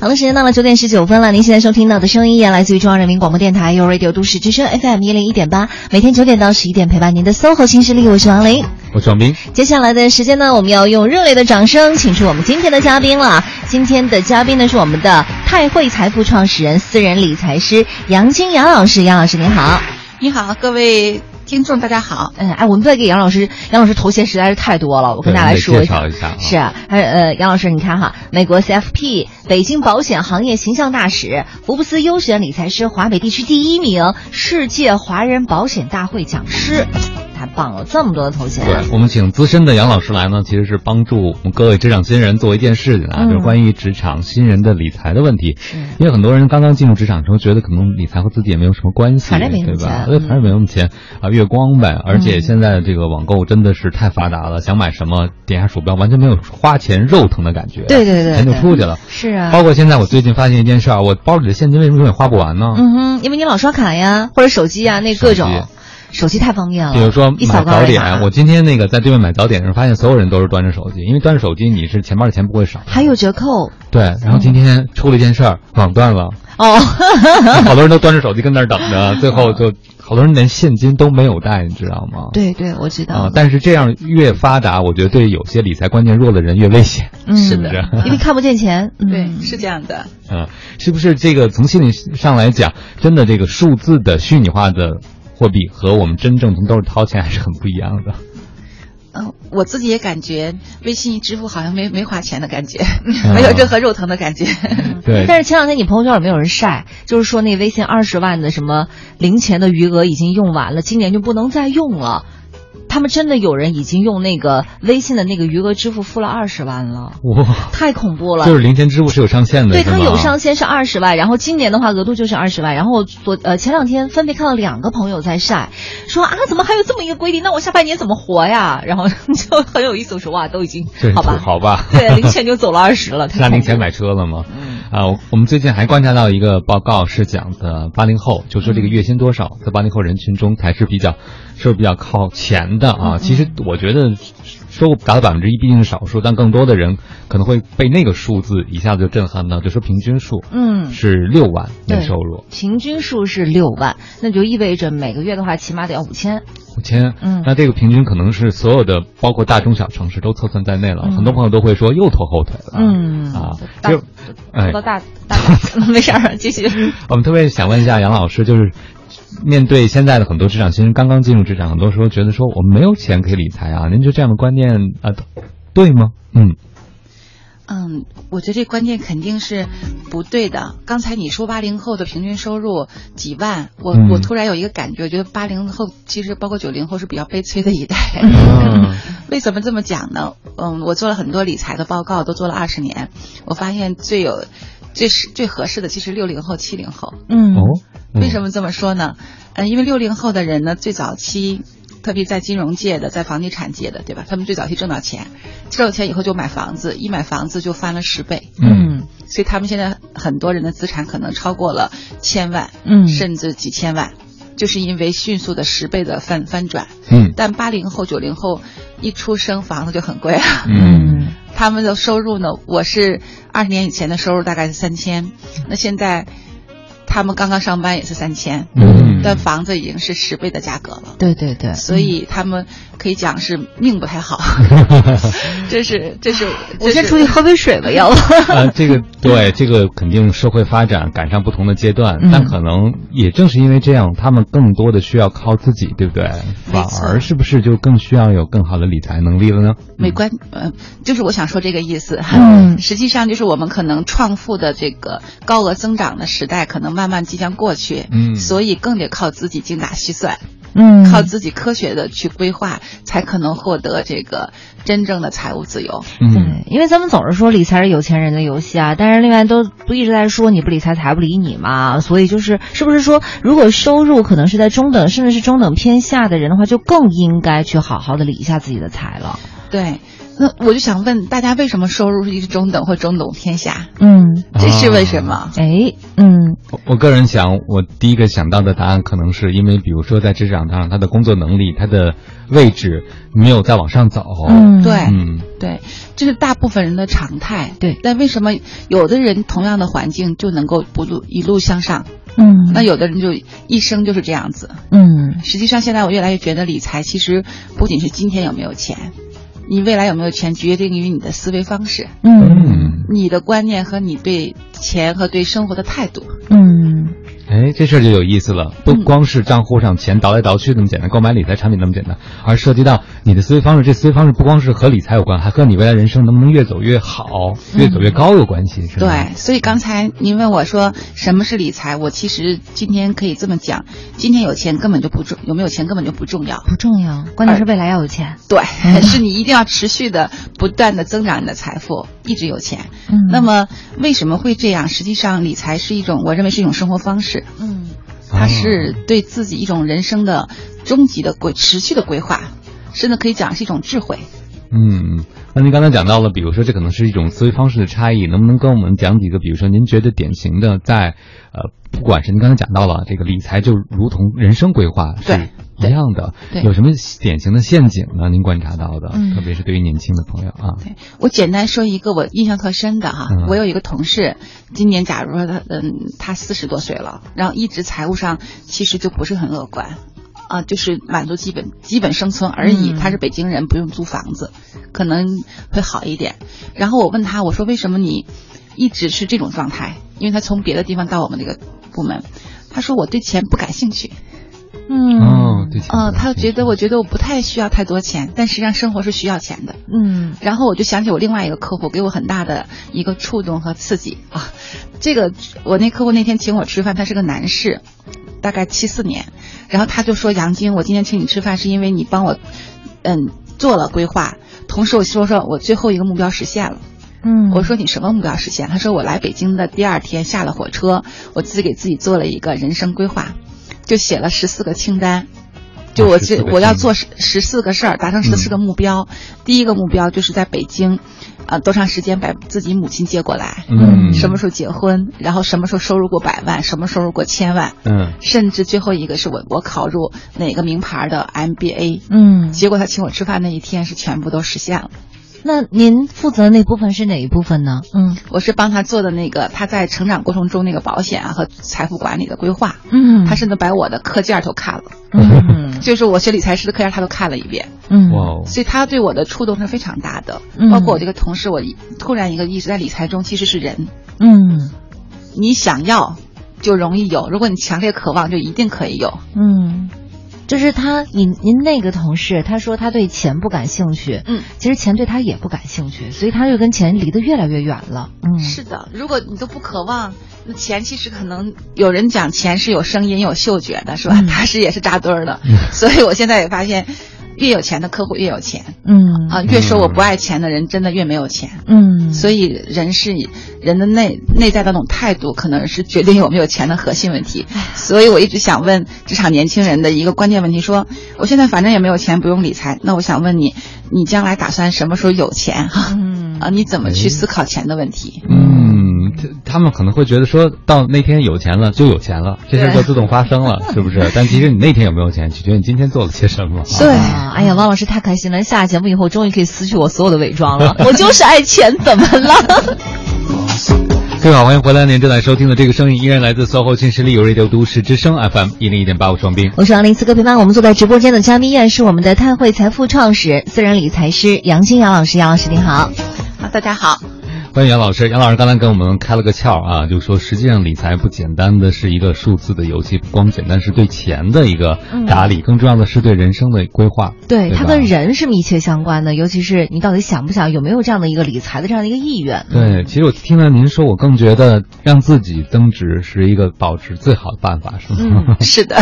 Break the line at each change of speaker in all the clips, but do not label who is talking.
好的，时间到了九点十九分了。您现在收听到的声音也来自于中央人民广播电台 u Radio 都市之声 FM 一零一点八，每天九点到十一点陪伴您的 SOHO 新势力，我是王琳。
我是王斌，
接下来的时间呢，我们要用热烈的掌声请出我们今天的嘉宾了。今天的嘉宾呢是我们的泰汇财富创始人、私人理财师杨金杨老师。杨老师您好，
你好，各位听众，大家好。
嗯，哎，我们再给杨老师，杨老师头衔实在是太多了，我跟
对
大家
我
来
们得
说一
介
下。
绍一下啊，
是啊，还呃，杨老师，你看哈，美国 CFP 北京保险行业形象大使，福布斯优选理财师，华北地区第一名，世界华人保险大会讲师，太棒了，这么多的头衔、啊。
对，我们请资深的杨老师来呢，其实是帮助我们各位职场新人做一件事情啊，
嗯
就是关于职场新人的理财的问题。
是
因为很多人刚刚进入职场的时候，觉得可能理财和自己也没有什么关系，
反正没什么
对吧？
钱
对，
嗯
反正没什么钱啊，月光呗。而且
嗯
现在这个网购真的是太发达了，想买什么点下鼠标，完全没有花钱肉疼的感觉，啊
对对对
钱就
对
出去了。
是啊，
包括现在，我最近发现一件事啊儿，我包里的现金为什么永远花不完呢？
嗯哼，因为你老刷卡呀，或者手机啊呀，那各种
手，
手机太方便了。
比如说
啊一
买
扫二
早
维码
点，我今天那个在对面买早点的时候，发现所有人都是端着手机，因为端着手机你是钱包的钱不会少。
还有嗯折扣
对，然后今天出了一件事儿，网断 了，
哦，
好多人都端着手机跟那儿等着，最后就好多人连现金都没有带，你知道吗？
对对，我知
啊、
道，
但是这样越发达，我觉得对有些理财观念弱的人越危险。
嗯
是的
因为看不见钱，嗯
对，是这样的。
啊，是不是这个从心理上来讲，真的这个数字的虚拟化的货币和我们真正从兜里掏钱还是很不一样的？
嗯、我自己也感觉微信支付好像没没花钱的感觉，
嗯
没有任何肉疼的感觉。
对，
但是前两天你朋友圈有没有人晒，就是说那微信二十万的什么零钱的余额已经用完了，今年就不能再用了。他们真的有人已经用那个微信的那个余额支付付了二十万了，
哇。
太恐怖了。
就是零钱支付是有上限的，
对，
是
它
吗
有上限是二十万，然后今年的话额度就是二十万。然后我昨呃前两天分别看到两个朋友在晒，说啊怎么还有这么一个规定？那我下半年怎么活呀？然后 就很有意思，我说哇都已经
这是
好吧，，
好吧
对，零钱就走了二十了， 太
那零
恐
钱
怖了
买车了吗？
嗯
啊，我我们最近还观察到一个报告是讲的八零后，就说
嗯
这个月薪多少，在八零后人群中才是比较收入比较靠前的
嗯
啊。其实我觉得收入达到百分之一毕竟是少数，但更多的人可能会被那个数字一下子就震撼到，就说平均数
嗯。
是六万年
对
收入，
平均数是六万，那就意味着每个月的话起码得要五千。
五千，
嗯
那这个平均可能是所有的，包括大中小城市都测算在内了。
嗯
很多朋友都会说又拖后腿了，
嗯
啊，
大
就哎
说到，大大， 没事儿，继续。
我们特别想问一下杨老师，就是面对现在的很多职场新人刚刚进入职场，很多时候觉得说我没有钱可以理财啊，您觉得这样的观念啊、对吗？嗯，
嗯，我觉得这观念肯定是不对的。刚才你说八零后的平均收入几万，我、
嗯
我突然有一个感觉，我觉得八零后其实包括九零后是比较悲催的一代。
嗯
为什么这么讲呢？嗯，我做了很多理财的报告，都做了二十年，我发现最有、最适、最合适的其实六零后、七零后。
嗯
哦，
为什
么？
么这么说呢？嗯，因为六零后的人呢，最早期，特别在金融界的、在房地产界的，对吧？他们最早期挣到钱，挣到钱以后就买房子，一买房子就翻了十倍，
嗯，
所以他们现在很多人的资产可能超过了千万，
嗯
甚至几千万，就是因为迅速的十倍的翻翻转。
嗯
但八零后、九零后一出生房子就很贵啊，
嗯
他们的收入呢，我是二十年以前的收入大概是三千，那现在他们刚刚上班也是三千，
嗯，
但房子已经是十倍的价格了。
对对对，
所以他们可以讲是命不太好，这是这是
嗯我
这
先
是
出去喝杯水吧，要不？
啊，这个对，这个肯定社会发展赶上不同的阶段，
嗯
但可能也正是因为这样，他们更多的需要靠自己，对不对？
没
反
错
而是不是就更需要有更好的理财能力了呢？
没关，呃，就是我想说这个意思 哈。
嗯
实际上就是我们可能创富的这个高额增长的时代，可能慢慢即将过去。
嗯
所以更得靠自己精打细算，
嗯
靠自己科学的去规划，才可能获得这个真正的财务自由。
嗯，
对，因为咱们总是说理财是有钱人的游戏啊，但是另外都不一直在说你不理财财不理你嘛，所以就是是不是说，如果收入可能是在中等甚至是中等偏下的人的话，就更应该去好好的理一下自己的财了。
对，那我就想问大家，为什么收入是一直中等或中等偏下？
嗯，
这是为什么？
哎，嗯，
我我个人想，我第一个想到的答案可能是因为，比如说在职场上，他的工作能力、他的位置没有再往上走。
嗯
对
嗯
对，这是大部分人的常态。
对
但为什么有的人同样的环境就能够不路一路向上，
嗯，
那有的人就一生就是这样子？
嗯
实际上，现在我越来越觉得理财其实不仅是今天有没有钱，你未来有没有钱决定于你的思维方式、
嗯
嗯，
你的观念和你对钱和对生活的态度。
嗯
哎，这事儿就有意思了，不光是账户上钱倒来倒去那么简单，购买理财产品那么简单，而涉及到你的思维方式。这思维方式不光是和理财有关，还和你未来人生能不能越走越好、越走越高有关系，是吧？
对，所以刚才您问我说什么是理财，我其实今天可以这么讲：今天有钱根本就不重，有没有钱根本就不重要。
不重要，关键是未来要有钱。
对，是你一定要持续的、不断的增长你的财富，一直有钱。
嗯
那么为什么会这样？实际上，理财是一种，我认为是一种生活方式，
嗯
它是对自己一种人生的终极的规、持续的规划，甚至可以讲是一种智慧。
嗯，那您刚才讲到了，比如说这可能是一种思维方式的差异，能不能跟我们讲几个？比如说您觉得典型的在，呃，不管是您刚才讲到了这个理财，就如同人生规划是
对
一样的，
对
有什么典型的陷阱呢？您观察到的，
嗯
特别是对于年轻的朋友啊，
对我简单说一个我印象特深的哈，
嗯
我有一个同事，今年假如说他嗯他四十多岁了，然后一直财务上其实就不是很乐观，啊，就是满足基本基本生存而已。
嗯
他是北京人，不用租房子，可能会好一点。然后我问他，我说为什么你一直是这种状态？因为他从别的地方到我们这个部门，他说我对钱不感兴趣。
嗯
哦，对，
嗯、他觉得我觉得我不太需要太多钱，但实际上生活是需要钱的。
嗯
然后我就想起我另外一个客户给我很大的一个触动和刺激啊，这个我那客户那天请我吃饭，他是个男士，大概七四年，然后他就说杨晶，我今天请你吃饭是因为你帮我，嗯，做了规划，同时我说说我最后一个目标实现了。
嗯，
我说你什么目标实现？他说我来北京的第二天下了火车，我自己给自己做了一个人生规划，就写了十四个清单。就
哇
我
14
这
哦个
我要
清单嗯
做十十四个事儿，达成十四个目标。第一个目标就是在北京，呃，多长时间把自己母亲接过来，
嗯，
什么时候结婚，然后什么时候收入过百万，什么收入过千万，
嗯，
甚至最后一个是我我考入哪个名牌的 MBA。
嗯，
结果他请我吃饭那一天是全部都实现了。
那您负责的那部分是哪一部分呢？嗯
我是帮他做的那个他在成长过程中那个保险啊和财富管理的规划，
嗯
他甚至把我的课件儿都看了，
嗯
就是我学理财师的课件儿他都看了一遍，
嗯
哇哦，
所以他对我的触动是非常大的
嗯。
包括我这个同事，我一突然一个意识，在理财中其实是人，
嗯
你想要就容易有，如果你强烈渴望就一定可以有。
嗯，就是他，您您那个同事，他说他对钱不感兴趣，
嗯，
其实钱对他也不感兴趣，所以他就跟钱离得越来越远了。嗯，
是的，如果你都不渴望，那钱其实可能有人讲钱是有声音、有嗅觉的，是吧？
嗯
他是也是扎堆儿的，所以我现在也发现，越有钱的客户越有钱。
嗯
啊，越说我不爱钱的人，真的越没有钱。
嗯，
所以人是人的内内在的那种态度，可能是决定有没有钱的核心问题。所以我一直想问职场年轻人的一个关键问题：说，我现在反正也没有钱，不用理财。那我想问你，你将来打算什么时候有钱？ 哈、
嗯
啊，你怎么去思考钱的问题？
嗯，他他们可能会觉得说到那天有钱了就有钱了，这事儿就
对
自动发生了，是不是？但其实你那天有没有钱，取决于你今天做了些什么。
对
啊哎呀，汪老师太开心了！下了节目以后，终于可以撕去我所有的伪装 了。我就是爱钱，怎么了？
各位好，欢迎回来，您正在收听的这个声音依然来自 SOHO 新势力有 Radio 都市之声 FM 一零一点八，我双冰。
我是王林，此刻陪伴我们坐在直播间的嘉宾依然是我们的泰汇财富创始人、私人理财师杨金杨老师。杨老师您好，
啊，大家好，
欢迎杨老师，杨老师刚才给我们开了个窍啊，就说实际上理财不简单的是一个数字的游戏，不光简单是对钱的一个打理，更重要的是对人生的规划。
对，
对吧
它跟人是密切相关的，尤其是你到底想不想，有没有这样的一个理财的这样的一个意愿？
对，其实我听了您说，我更觉得让自己增值是一个保值最好的办法， 是吗？
嗯
是的。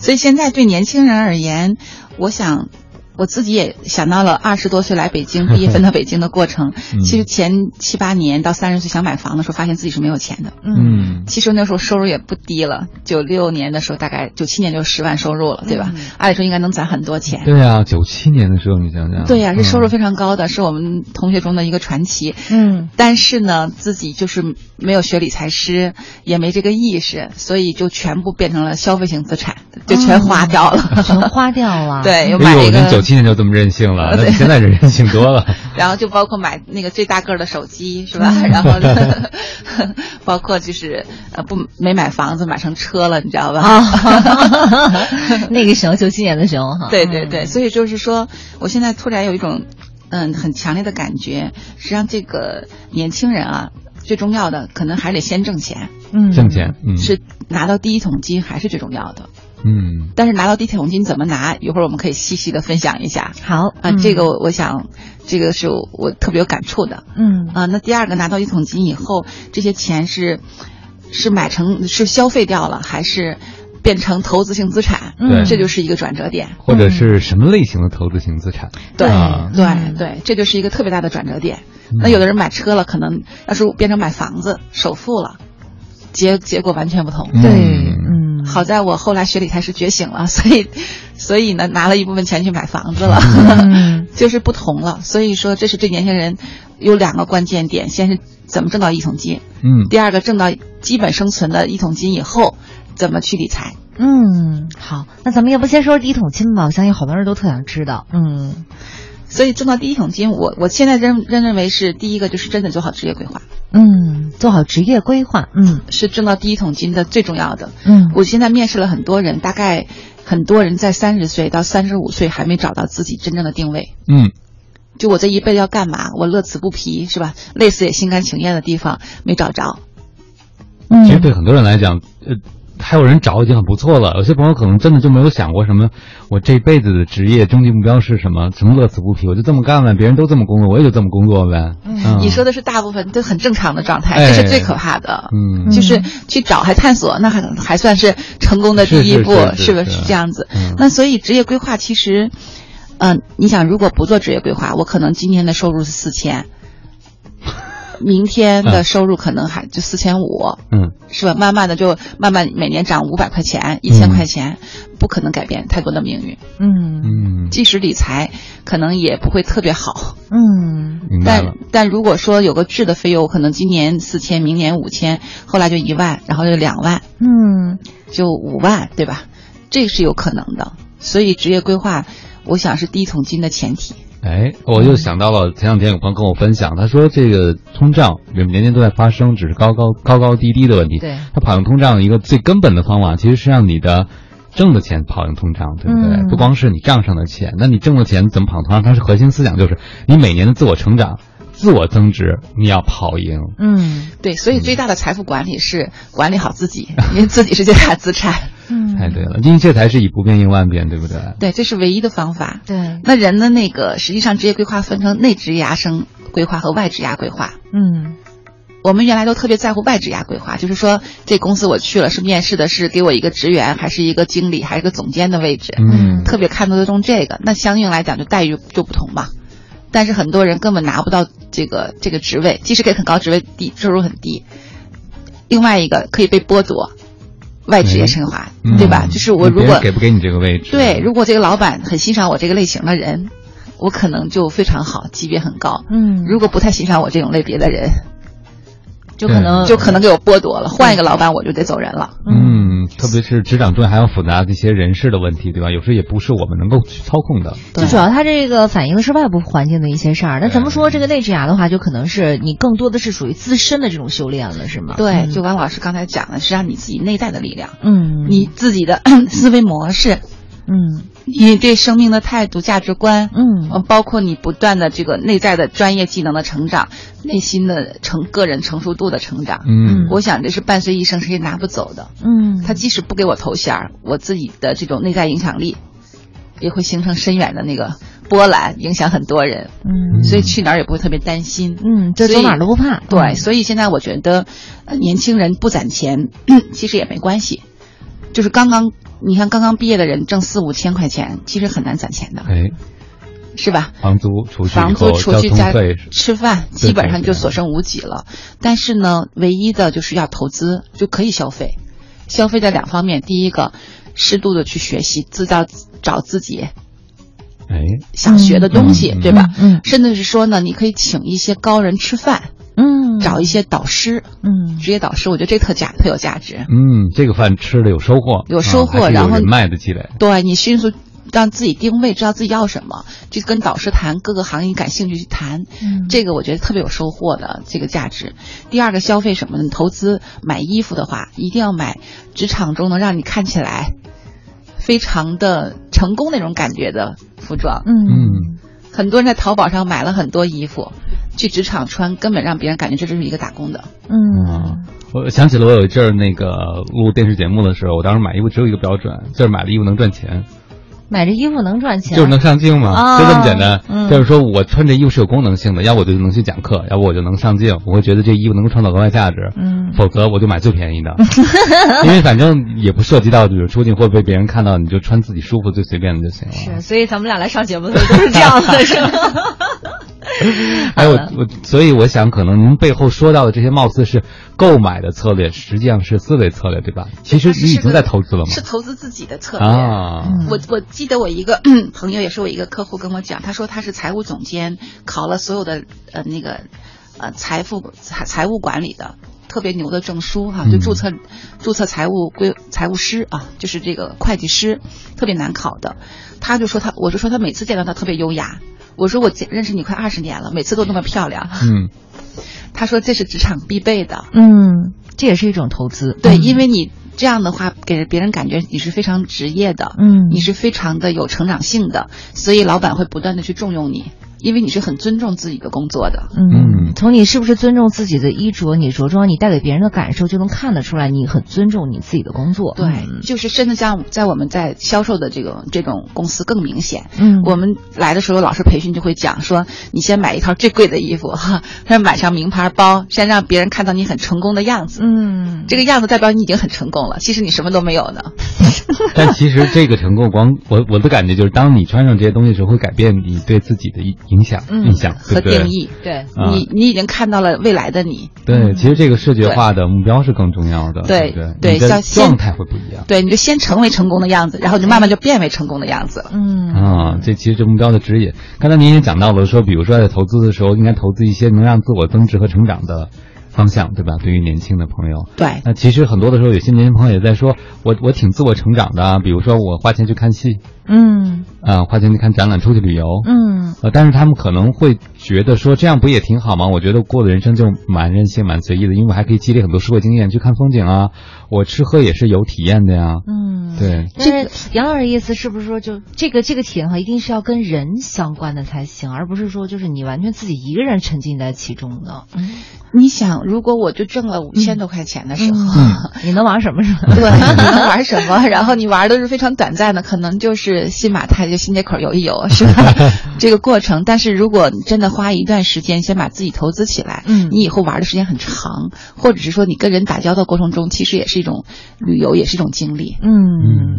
所以现在对年轻人而言，我想我自己也想到了二十多岁来北京，毕业分到北京的过程。
嗯
其实前七八年到三十岁想买房的时候，发现自己是没有钱的。
嗯
嗯
其实那时候收入也不低了，九六年的时候大概九七年就十万收入了，对吧？
嗯
按理说应该能攒很多钱。
对啊，九七年的时候你想想，
对呀、这收入
嗯
非常高的，是我们同学中的一个传奇。
嗯
但是呢，自己就是没有学理财师，也没这个意识，所以就全部变成了消费型资产，就全花掉了。
全花掉 了。，
对，又
哎
买
呦，
一
您九
个，
七年就这么任性了，那你现在这任性多了。
然后就包括买那个最大个儿的手 机，是吧？
嗯
然后 呢包括就是呃不没买房子，买成车了，你知道吧？
啊，那个时候九七年的时候哈，
对对对，
嗯，
所以就是说，我现在突然有一种嗯很强烈的感觉，实际上这个年轻人啊，最重要的可能还得先挣钱。
嗯
挣钱，嗯，
是拿到第一桶金还是最重要的。
嗯，
但是拿到第一桶金怎么拿，一会儿我们可以细细的分享一下
好
啊。这个我我想，这个是我我特别有感触的
嗯
啊。那第二个，拿到一桶金以后，这些钱是是买成是消费掉了，还是变成投资性资产？
嗯，
这就是一个转折点。
或者是什么类型的投资型资产？
对
啊
对
嗯
对，这就是一个特别大的转折点。那有的人买车了，可能要是变成买房子首付了，结结果完全不同。
对，
嗯
嗯，
好在我后来学理财师觉醒了， 所以，所以呢拿了一部分钱去买房子了，
嗯，
就是不同了。所以说，这是对年轻人有两个关键点：先是怎么挣到一桶金，
嗯，
第二个挣到基本生存的一桶金以后怎么去理财。
嗯，好，那咱们要不先说说第一桶金吧？我相信好多人都特想知道。嗯
所以挣到第一桶金，我我现在认认认为是第一个，就是真的做好职业规划，
嗯，做好职业规划。嗯
是挣到第一桶金的最重要的。
嗯
我现在面试了很多人，大概很多人在三十岁到三十五岁还没找到自己真正的定位。
嗯，
就我这一辈子要干嘛，我乐此不疲，是吧？累死也心甘情愿的地方没找着。
嗯，
其实对很多人来讲，呃，还有人找已经很不错了。有些朋友可能真的就没有想过什么，我这辈子的职业终极目标是什么？什么乐此不疲，我就这么干呗，别人都这么工作，我也就这么工作呗。嗯
你说的是大部分都很正常的状态，
哎
这是最可怕的。
嗯
就是去找还探索，那还还算是成功的第一步，
是是是是
不
是
是这样子？
嗯
那所以职业规划其实，嗯、你想如果不做职业规划，我可能今天的收入是四千，明天的收入可能还就四千五，
嗯
是吧？慢慢的就慢慢每年涨五百块钱、一千块钱，不可能改变太多的命运。
嗯
嗯，
即使理财可能也不会特别好，
嗯
明白了
但。但如果说有个质的费用，我可能今年四千，明年五千，后来就一万，然后就两万，
嗯
就五万，对吧？这个是有可能的。所以职业规划，我想是第一桶金的前提。
哎，我就想到了前两天有朋友跟我分享，他说这个通胀我们年年都在发生，只是高高高高低低的问题。
对，
它跑赢通胀一个最根本的方法，其实是让你的挣的钱跑赢通胀，对不对？
嗯
不光是你账上的钱，那你挣的钱怎么跑赢通胀？它是核心思想，就是你每年的自我成长、自我增值，你要跑赢。
嗯
对，所以最大的财富管理是管理好自己，因为自己是最大的资产。
嗯，
太哎对了，因为这才是以不变应万变，对不对？
对，这是唯一的方法。
对，
那人的那个实际上职业规划分成内职涯生规划和外职涯规划。
嗯
我们原来都特别在乎外职涯规划，就是说这公司我去了是面试的是给我一个职员，还是一个经理，还是一个总监的位置，
嗯
特别看得重这个。那相应来讲就待遇就不同嘛。但是很多人根本拿不到这个这个职位，即使给很高职位，低收入很低。另外一个可以被剥夺，外职业生涯，
嗯
对吧？就是我如
别人
果
给不给你这个位置，
对，如果这个老板很欣赏我这个类型的人，我可能就非常好，级别很高。
嗯，
如果不太欣赏我这种类别的人，
就可能
就可能给我剥
嗯
夺了，换一个老板我就得走人了。
嗯，特别是职掌中还有复杂的一些人事的问题，对吧？有时候也不是我们能够去操控的。
就主要它这个反映的是外部环境的一些事儿。那咱们
对
说这个内置牙的话，就可能是你更多的是属于自身的这种修炼了，是吗？
对，
嗯
就王老师刚才讲的是让你自己内在的力量，
嗯，
你自己的 思维模式，
嗯
你对生命的态度、价值观，
嗯
呃，包括你不断的这个内在的专业技能的成长，内心的成个人成熟度的成长。
嗯
嗯
我想这是伴随一生，谁也拿不走的。
嗯，
他即使不给我头衔儿，我自己的这种内在影响力，也会形成深远的那个波澜，影响很多人。
嗯
所以去哪儿也不会特别担心。
嗯，就
所
走
以
哪儿都不怕。嗯
嗯
对，所以现在我觉得，呃年轻人不攒钱嗯其实也没关系，就是刚刚你看刚刚毕业的人挣四五千块钱，其实很难攒钱的。
哎，
是吧？
房租除去以
房租
后
除
交
去
通
加
费，
吃饭，
对
基本上
对
就
对
所剩无几了。但是呢，唯一的就是要投资，就可以消费。消费在两方面，第一个，适度的去学习，制造找自己
哎，
想学的东西，
嗯嗯
对吧？
嗯
甚至是说呢，你可以请一些高人吃饭，
嗯，
找一些导师，
嗯
职业导师，我觉得这特价特有价值。
嗯，这个饭吃了有收获，
有收
啊还
获
是有
然后
人脉的积累，
对你迅速让自己定位，知道自己要什么，去跟导师谈各个行业你感兴趣去谈，
嗯
这个我觉得特别有收获的这个价值。第二个消费什么呢？你投资买衣服的话，一定要买职场中能让你看起来非常的成功那种感觉的服装。
嗯
很多人在淘宝上买了很多衣服，去职场穿，根本让别人感觉这就是一个打工的。
嗯
我想起了我有一阵儿那个录电视节目的时候，我当时买衣服只有一个标准，就是买的衣服能赚钱，
买这衣服能赚钱，
就是能上镜嘛，
啊
哦
就这么简单。
嗯
就是说我穿这衣服是有功能性的，要不我就能去讲课，要不我就能上镜，我会觉得这衣服能够创造额外价值。
嗯
否则我就买最便宜的，因为反正也不涉及到，比如出镜会被别人看到，你就穿自己舒服最随便的就行了。啊
是，所以咱们俩来上节目的时候都是这样的，是吗？
还有哎我，所以我想，可能您背后说到的这些，貌似是购买的策略，实际上是思维策略，对吧？其实
但是
你已
是
经
个
在投资了嘛。
是投资自己的策略。
啊，
我我记得我一个 朋友也是我一个客户跟我讲，他说他是财务总监，考了所有的呃那个呃财富财财务管理的特别牛的证书哈、就
嗯
注册、注册财务规财务师啊，就是这个会计师特别难考的。他就说他我就说他每次见到他特别优雅，我说我见认识你快二十年了，每次都那么漂亮。
嗯，
他说这是职场必备的，
嗯，这也是一种投资，嗯
对，因为你这样的话给别人感觉你是非常职业的，
嗯
你是非常的有成长性的，所以老板会不断的去重用你，因为你是很尊重自己的工作的。
嗯
嗯，
从你是不是尊重自己的衣着、你着装、你带给别人的感受，就能看得出来你很尊重你自己的工作。嗯
对，就是甚至像在我们在销售的这个这种公司更明显。
嗯，
我们来的时候，老师培训就会讲说，你先买一套最贵的衣服，哈，先买上名牌包，先让别人看到你很成功的样子。
嗯，
这个样子代表你已经很成功了，其实你什么都没有呢。
但其实这个成功光，我我的感觉就是，当你穿上这些东西的时候，会改变你对自己的影影响、
嗯
印象，对
和
不对
定？义。
对
啊
你你已经看到了未来的你，
对，其实这个视觉化的目标是更重要的，
对
对不
对
你的
像现
状态会不一样
对，你就先成为成功的样子，然后你慢慢就变为成功的样子了。
嗯
啊。这其实这目标的指引，刚才您也讲到了，说比如说在投资的时候，应该投资一些能让自我增值和成长的方向，对吧？对于年轻的朋友，
对，
那其实很多的时候，有些年轻朋友也在说，我我挺自我成长的啊，比如说我花钱去看戏，
嗯
啊、花钱去看展览，出去旅游，
嗯
呃，但是他们可能会觉得说这样不也挺好吗？我觉得过的人生就蛮任性、蛮随意的，因为我还可以积累很多社会经验，去看风景啊，我吃喝也是有体验的呀。
嗯。
对，
但是杨老师意思是不是说，就这个这个体验哈，一定是要跟人相关的才行，而不是说就是你完全自己一个人沉浸在其中的。
你想，如果我就挣了五千多块钱
嗯
的时候，
你能玩什么是吧？
对， 你能玩什么？然后你玩的是非常短暂的，可能就是新马泰就新街口游一游，是吧？这个过程。但是如果你真的花一段时间先把自己投资起来，
嗯
你以后玩的时间很长，或者是说你跟人打交道过程中，其实也是一种旅游，也是一种经历。
嗯。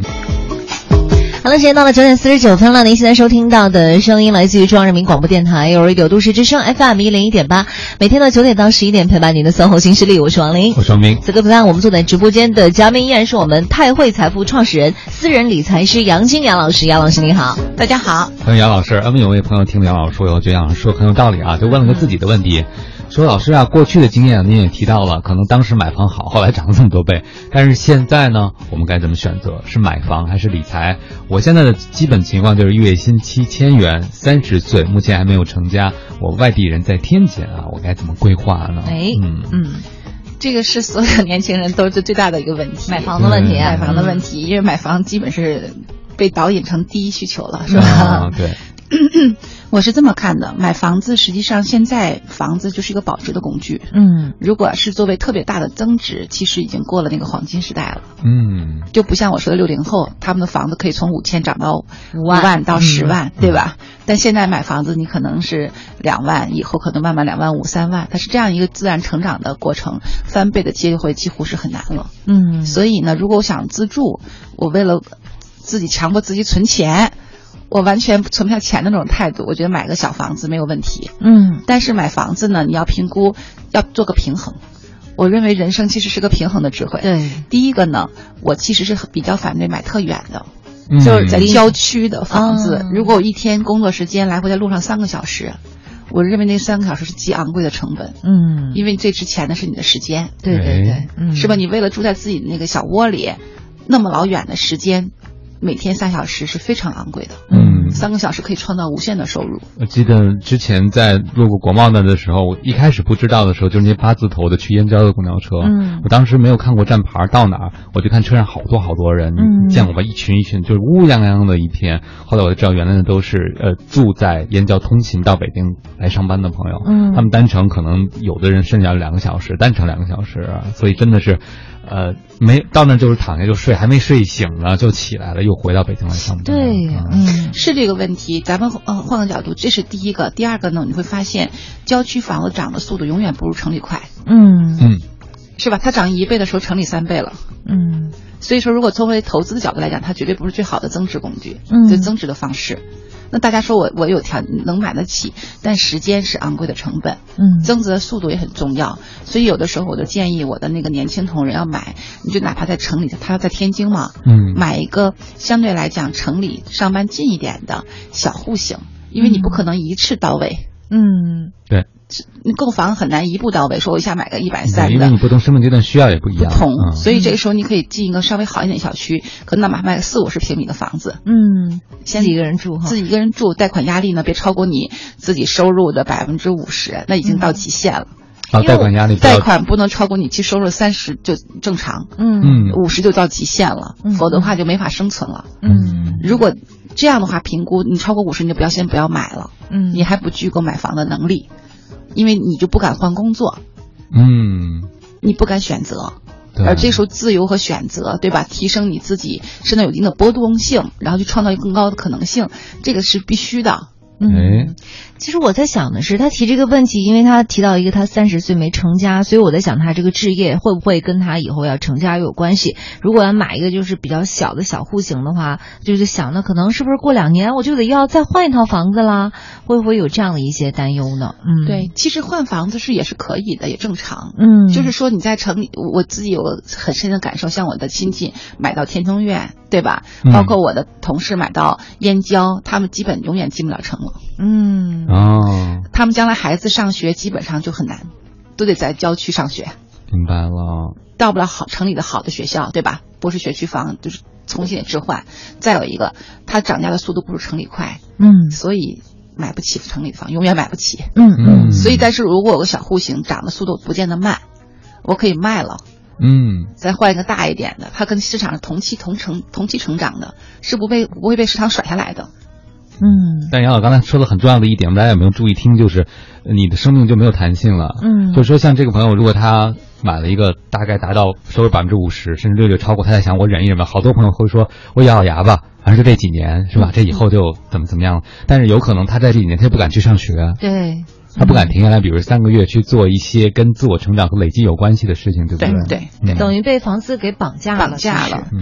好的，时间到了九点四十九分了。您现在收听到的声音来自于中央人民广播电台 u Radio 都市之声 FM 一零一点八，每天的九点到十一点陪伴您的搜狐新势力，我是王琳。
我说明
此刻陪伴我们坐在直播间的嘉宾依然是我们泰汇财富创始人、私人理财师杨金杨老师。杨老师你好，
大家好，
欢迎杨老师。那么有位朋友听了杨老师说以后，觉得杨老师说很有道理啊，就问了个自己的问题，说老师啊，过去的经验您也提到了，可能当时买房好，后来涨了这么多倍，但是现在呢，我们该怎么选择？是买房还是理财？我现在的基本情况就是月薪七千元，三十岁，目前还没有成家，我外地人在天津啊，我该怎么规划呢？
哎
嗯
嗯，
这个是所有年轻人都是最大的一个问题，
买房的问题
嗯
啊，
买房的问
题，
题，因为买房基本是被导引成第一需求了，是
啊
吧？，
对，
我是这么看的，买房子实际上现在房子就是一个保值的工具。
嗯
如果是作为特别大的增值，其实已经过了那个黄金时代了，
嗯，
就不像我说的六零后，他们的房子可以从五千涨到
五
五
万
万到十万，
嗯
对吧？但现在买房子，你可能是两万，以后可能慢慢两万五、三万，它是这样一个自然成长的过程，翻倍的机会几乎是很难了。
嗯
所以呢，如果我想自住，我为了自己强迫自己存钱，我完全存不下钱的那种态度，我觉得买个小房子没有问题。
嗯
但是买房子呢，你要评估，要做个平衡。我认为人生其实是个平衡的智慧。
对，
第一个呢，我其实是比较反对买特远的，
嗯
就是在郊区的房子。
嗯
如果我一天工作时间来回在路上三个小时，我认为那三个小时是极昂贵的成本，
嗯，
因为最值钱的是你的时间，
对对对，
哎
嗯，
是吧？？你为了住在自己的那个小窝里，那么老远的时间，每天三小时是非常昂贵的。
嗯，
三个小时可以创造无限的收入。
我呃记得之前在路过国贸那儿的时候，我一开始不知道的时候，就是那八字头的去燕郊的公交车，
嗯
我当时没有看过站牌到哪儿，我就看车上好多好多人，
嗯
你见过吧？一群一群，就是乌泱泱的一片。后来我就知道，原来的都是呃住在燕郊通勤到北京来上班的朋友，
嗯
他们单程可能有的人甚至要两个小时，单程两个小时啊、所以真的是，呃，没到那儿就是躺下就睡，还没睡醒呢就起来了，又回到北京来上班。
对，
嗯
嗯
是这个问题，咱们呃换个角度，这是第一个。第二个呢，你会发现郊区房子涨的速度永远不如城里快，
嗯
嗯
是吧？它涨一倍的时候，城里三倍了。
嗯
所以说，如果作为投资的角度来讲，它绝对不是最好的增值工具，
嗯
就增值的方式。那大家说我我有条能买得起，但时间是昂贵的成本，
嗯，
增值的速度也很重要。所以有的时候我就建议我的那个年轻同仁要买，你就哪怕在城里，他在天津嘛，
嗯，
买一个相对来讲城里上班近一点的小户型，因为你不可能一次到位，
嗯
对。
你购房很难一步到位，说我一下买个一百三
因为
的
你。不同生命阶段需要也不一
不
样，
同，
嗯、
所以这个时候你可以进一个稍微好一点的小区，可能哪怕买个四五十平米的房子，
嗯，自己一个人住哈，
自己一个人住，贷款压力呢别超过你自己收入的百分之五十，那已经到极限了。
因
啊，
为
贷款压力比较
贷款不能超过你其收入三十就正常，
嗯
嗯
五十就到极限了，
嗯
否则的话就没法生存了。
嗯
如果这样的话，评估你超过五十，你就不要先不要买了，
嗯，
你还不具购买房的能力，因为你就不敢换工作，
嗯，
你不敢选择，
对，
而这时候自由和选择，对吧？提升你自己身上有一定的波动性，然后去创造一个更高的可能性，这个是必须的。
嗯
哎，
其实我在想的是，他提这个问题，因为他提到一个他三十岁没成家，所以我在想他这个置业会不会跟他以后要成家有关系。如果要买一个就是比较小的小户型的话，就是想那可能是不是过两年我就得要再换一套房子啦？会不会有这样的一些担忧呢？嗯，，
其实换房子是也是可以的，也正常。
嗯，
就是说你在城里，我我自己有很深的感受，像我的亲戚买到天通苑，对吧？
嗯
包括我的同事买到燕郊，他们基本永远进不了城了。
嗯
哦，
他们将来孩子上学基本上就很难，都得在郊区上学，
明白了，
到不了好城里的好的学校，对吧？不是学区房，就是重新得置换。再有一个，它涨价的速度不如城里快，
嗯
所以买不起城里的房，永远买不起。
嗯
嗯，
所以，但是如果有个小户型涨的速度不见得慢，我可以卖了，
嗯
再换一个大一点的，它跟市场上同期同成同期成长的，是不被不会被市场甩下来的。
嗯
但杨老刚才说了很重要的一点，大家有没有注意听？就是呃你的生命就没有弹性了。
嗯，
就是说，像这个朋友，如果他买了一个大概达到收入百分之五十，甚至略略超过，他在想我忍一忍吧。好多朋友会说，我咬咬牙吧，反正就这几年是
嗯
吧？这以后就怎么怎么样了。但是有可能他在这几年他就不敢去上学，
对，
他不敢停下来，比如三个月去做一些跟自我成长和累积有关系的事情，对不
对
对
对
嗯
等于被房子给绑架了，
绑架
其实
了。
嗯，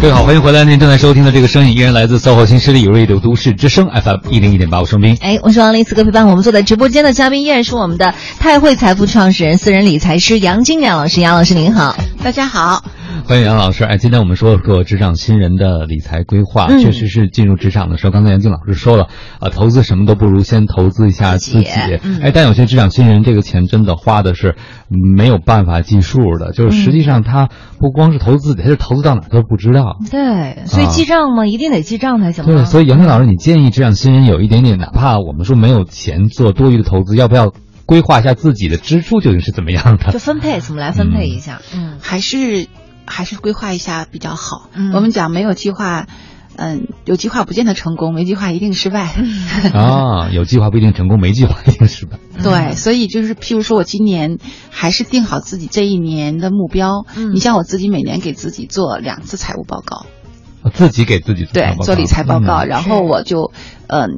各位好，欢迎回来。您正在收听的这个声音依然来自 SOHO 新势力 Radio 都市之声 FM 一零一点八，我生斌。
哎，我是王林，此刻陪伴我们坐在直播间的嘉宾依然是我们的泰汇财富创始人、私人理财师杨金亮老师。杨老师您好，
大家好，
欢迎杨老师。哎，今天我们说说职场新人的理财规划，
嗯
确实是进入职场的时候，刚才杨静老师说了，啊，投资什么都不如先投资一下自己。
自己嗯
哎，但有些职场新人这个钱真的花的是没有办法计数的，就是实际上他不光是投资自己，他是投资到哪儿都不知道。
对，所以
啊
记账嘛，一定得记账才行啊嘛。
对，所以杨静老师，你建议职场新人有一点点，哪怕我们说没有钱做多余的投资，要不要规划一下自己的支出究竟是怎么样
就
的？
分配怎么来分配一下？嗯
还是还是规划一下比较好。
嗯
我们讲没有计划，嗯，有计划不见得成功，没计划一定失败。
嗯
啊，有计划不一定成功，没计划一定失败。
对，所以就是，譬如说我今年还是定好自己这一年的目标。
嗯
你像我自己每年给自己做两次财务报告，
自己给自己
对，做理财报告，
嗯
然后我就，嗯，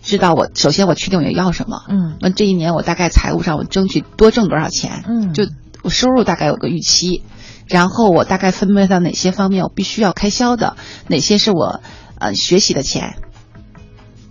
知道我首先我确定我要什么。
嗯
那这一年我大概财务上我争取多挣多少钱，
嗯，
就我收入大概有个预期，然后我大概分配到哪些方面我必须要开销的，哪些是我呃学习的钱，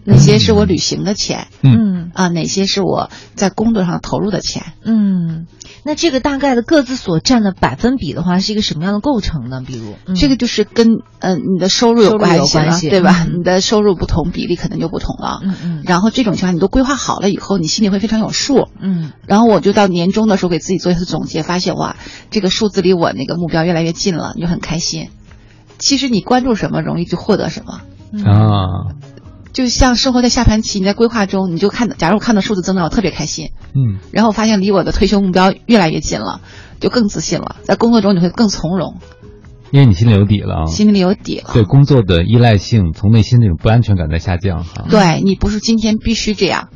哪些是我旅行的钱，
嗯
啊、哪些是我在工作上投入的钱。
嗯，那这个大概的各自所占的百分比的话，是一个什么样的构成呢？比如、嗯
这个就是跟呃你的收
收入
入有
有
关系了，
关系
对吧？
嗯
你的收入不同，比例可能就不同了。
嗯嗯
然后这种情况你都规划好了以后，你心里会非常有数。
嗯
然后我就到年终的时候给自己做一次总结，发现哇，这个数字离我那个目标越来越近了，你就很开心。其实你关注什么，容易就获得什么。
嗯
啊，
就像生活在下盘棋，你在规划中，你就看，假如我看到数字增长，我特别开心。
嗯
然后我发现离我的退休目标越来越近了，就更自信了。在工作中你会更从容，
因为你心里有底了啊，
心里有底了。
对工作的依赖性，从内心这种不安全感在下降哈。
对你不是今天必须这样，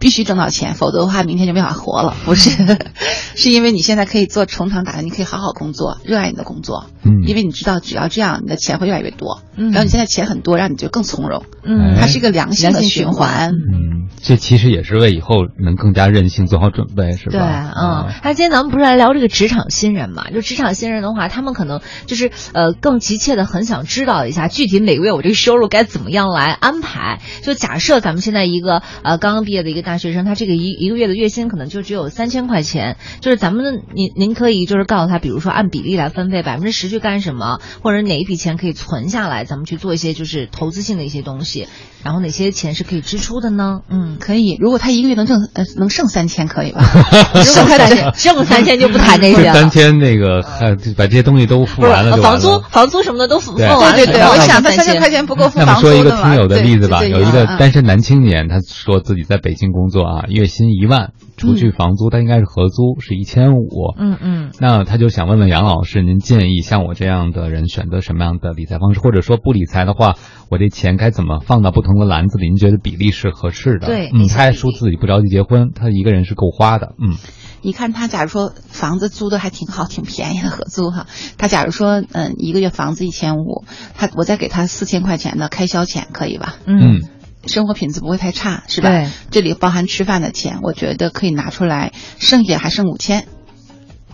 必须挣到钱，否则的话明天就没法活了。不是， 是因为你现在可以做从长打算，你可以好好工作，热爱你的工作，
嗯，
因为你知道只要这样，你的钱会越来越多。
嗯
然后你现在钱很多，让你就更从容，
嗯，
哎
它是一个良性的循环。
嗯，这其实也是为以后能更加任性做好准备，是吧？啊
对，嗯，那今天咱们不是来聊这个职场新人嘛？就职场新人的话，他们可能就是呃更急切的很想知道一下具体每个月我这个收入该怎么样来安排。就假设咱们现在一个呃刚刚毕业的一个大学生，他这个一一个月的月薪可能就只有三千块钱，就是咱们您您可以就是告诉他，比如说按比例来分配，百分之十去干什么，或者哪一笔钱可以存下来，咱们去做一些就是投资性的一些东西，然后哪些钱是可以支出的呢？ 嗯。
可以，如果他一个月能挣呃能剩三千，可以吧？
如果他挣挣三千就不谈
哎
这
这
些了，
三天那个还把这些东西都付
不是
完了就完
房
了。
租，房租什么的都付付
对
完了，
对对对，
然后
我
再
想他
分
三千
钱
块钱不够付
那么
房
说一
租
个
的嘛。
听友的
对
例子吧，
对
有
对
一个
嗯嗯
单身男青年，他说自己在北京工作啊，月薪一万，除
嗯
去房租，他应该是合租是一千五。
嗯嗯
那他就想问问杨老师，您建议像我这样的人选择什么样的理财方式，或者说不理财的话，我这钱该怎么放到不同的篮子里？您觉得比例是合适的？
对
嗯，他还说自己不着急结婚，他一个人是够花的，嗯，
你看他，假如说房子租的还挺好，挺便宜的合租哈。他假如说，嗯，一个月房子一千五，他我再给他四千块钱的开销钱，可以吧？
嗯，
生活品质不会太差，是吧？
对
这里包含吃饭的钱，我觉得可以拿出来，剩下还剩五千，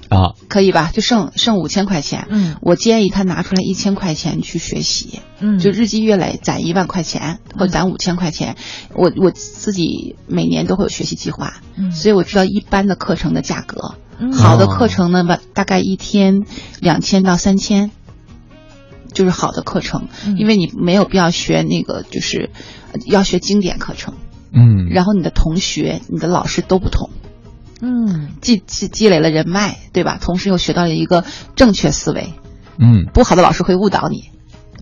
啊，
可以吧？就剩剩五千块钱。
嗯
我建议他拿出来一千块钱去学习，
嗯，
就日积月累攒一万块钱或者攒五千块钱。我我自己每年都会有学习计划，
嗯
所以我知道一般的课程的价格。
嗯
好的课程呢，吧大概一天两千到三千，就是好的课程，
嗯
因为你没有必要学那个，就是呃要学经典课程，
嗯，
然后你的同学、你的老师都不同，
嗯
积积积累了人脉，对吧？同时又学到了一个正确思维，
嗯
不好的老师会误导你，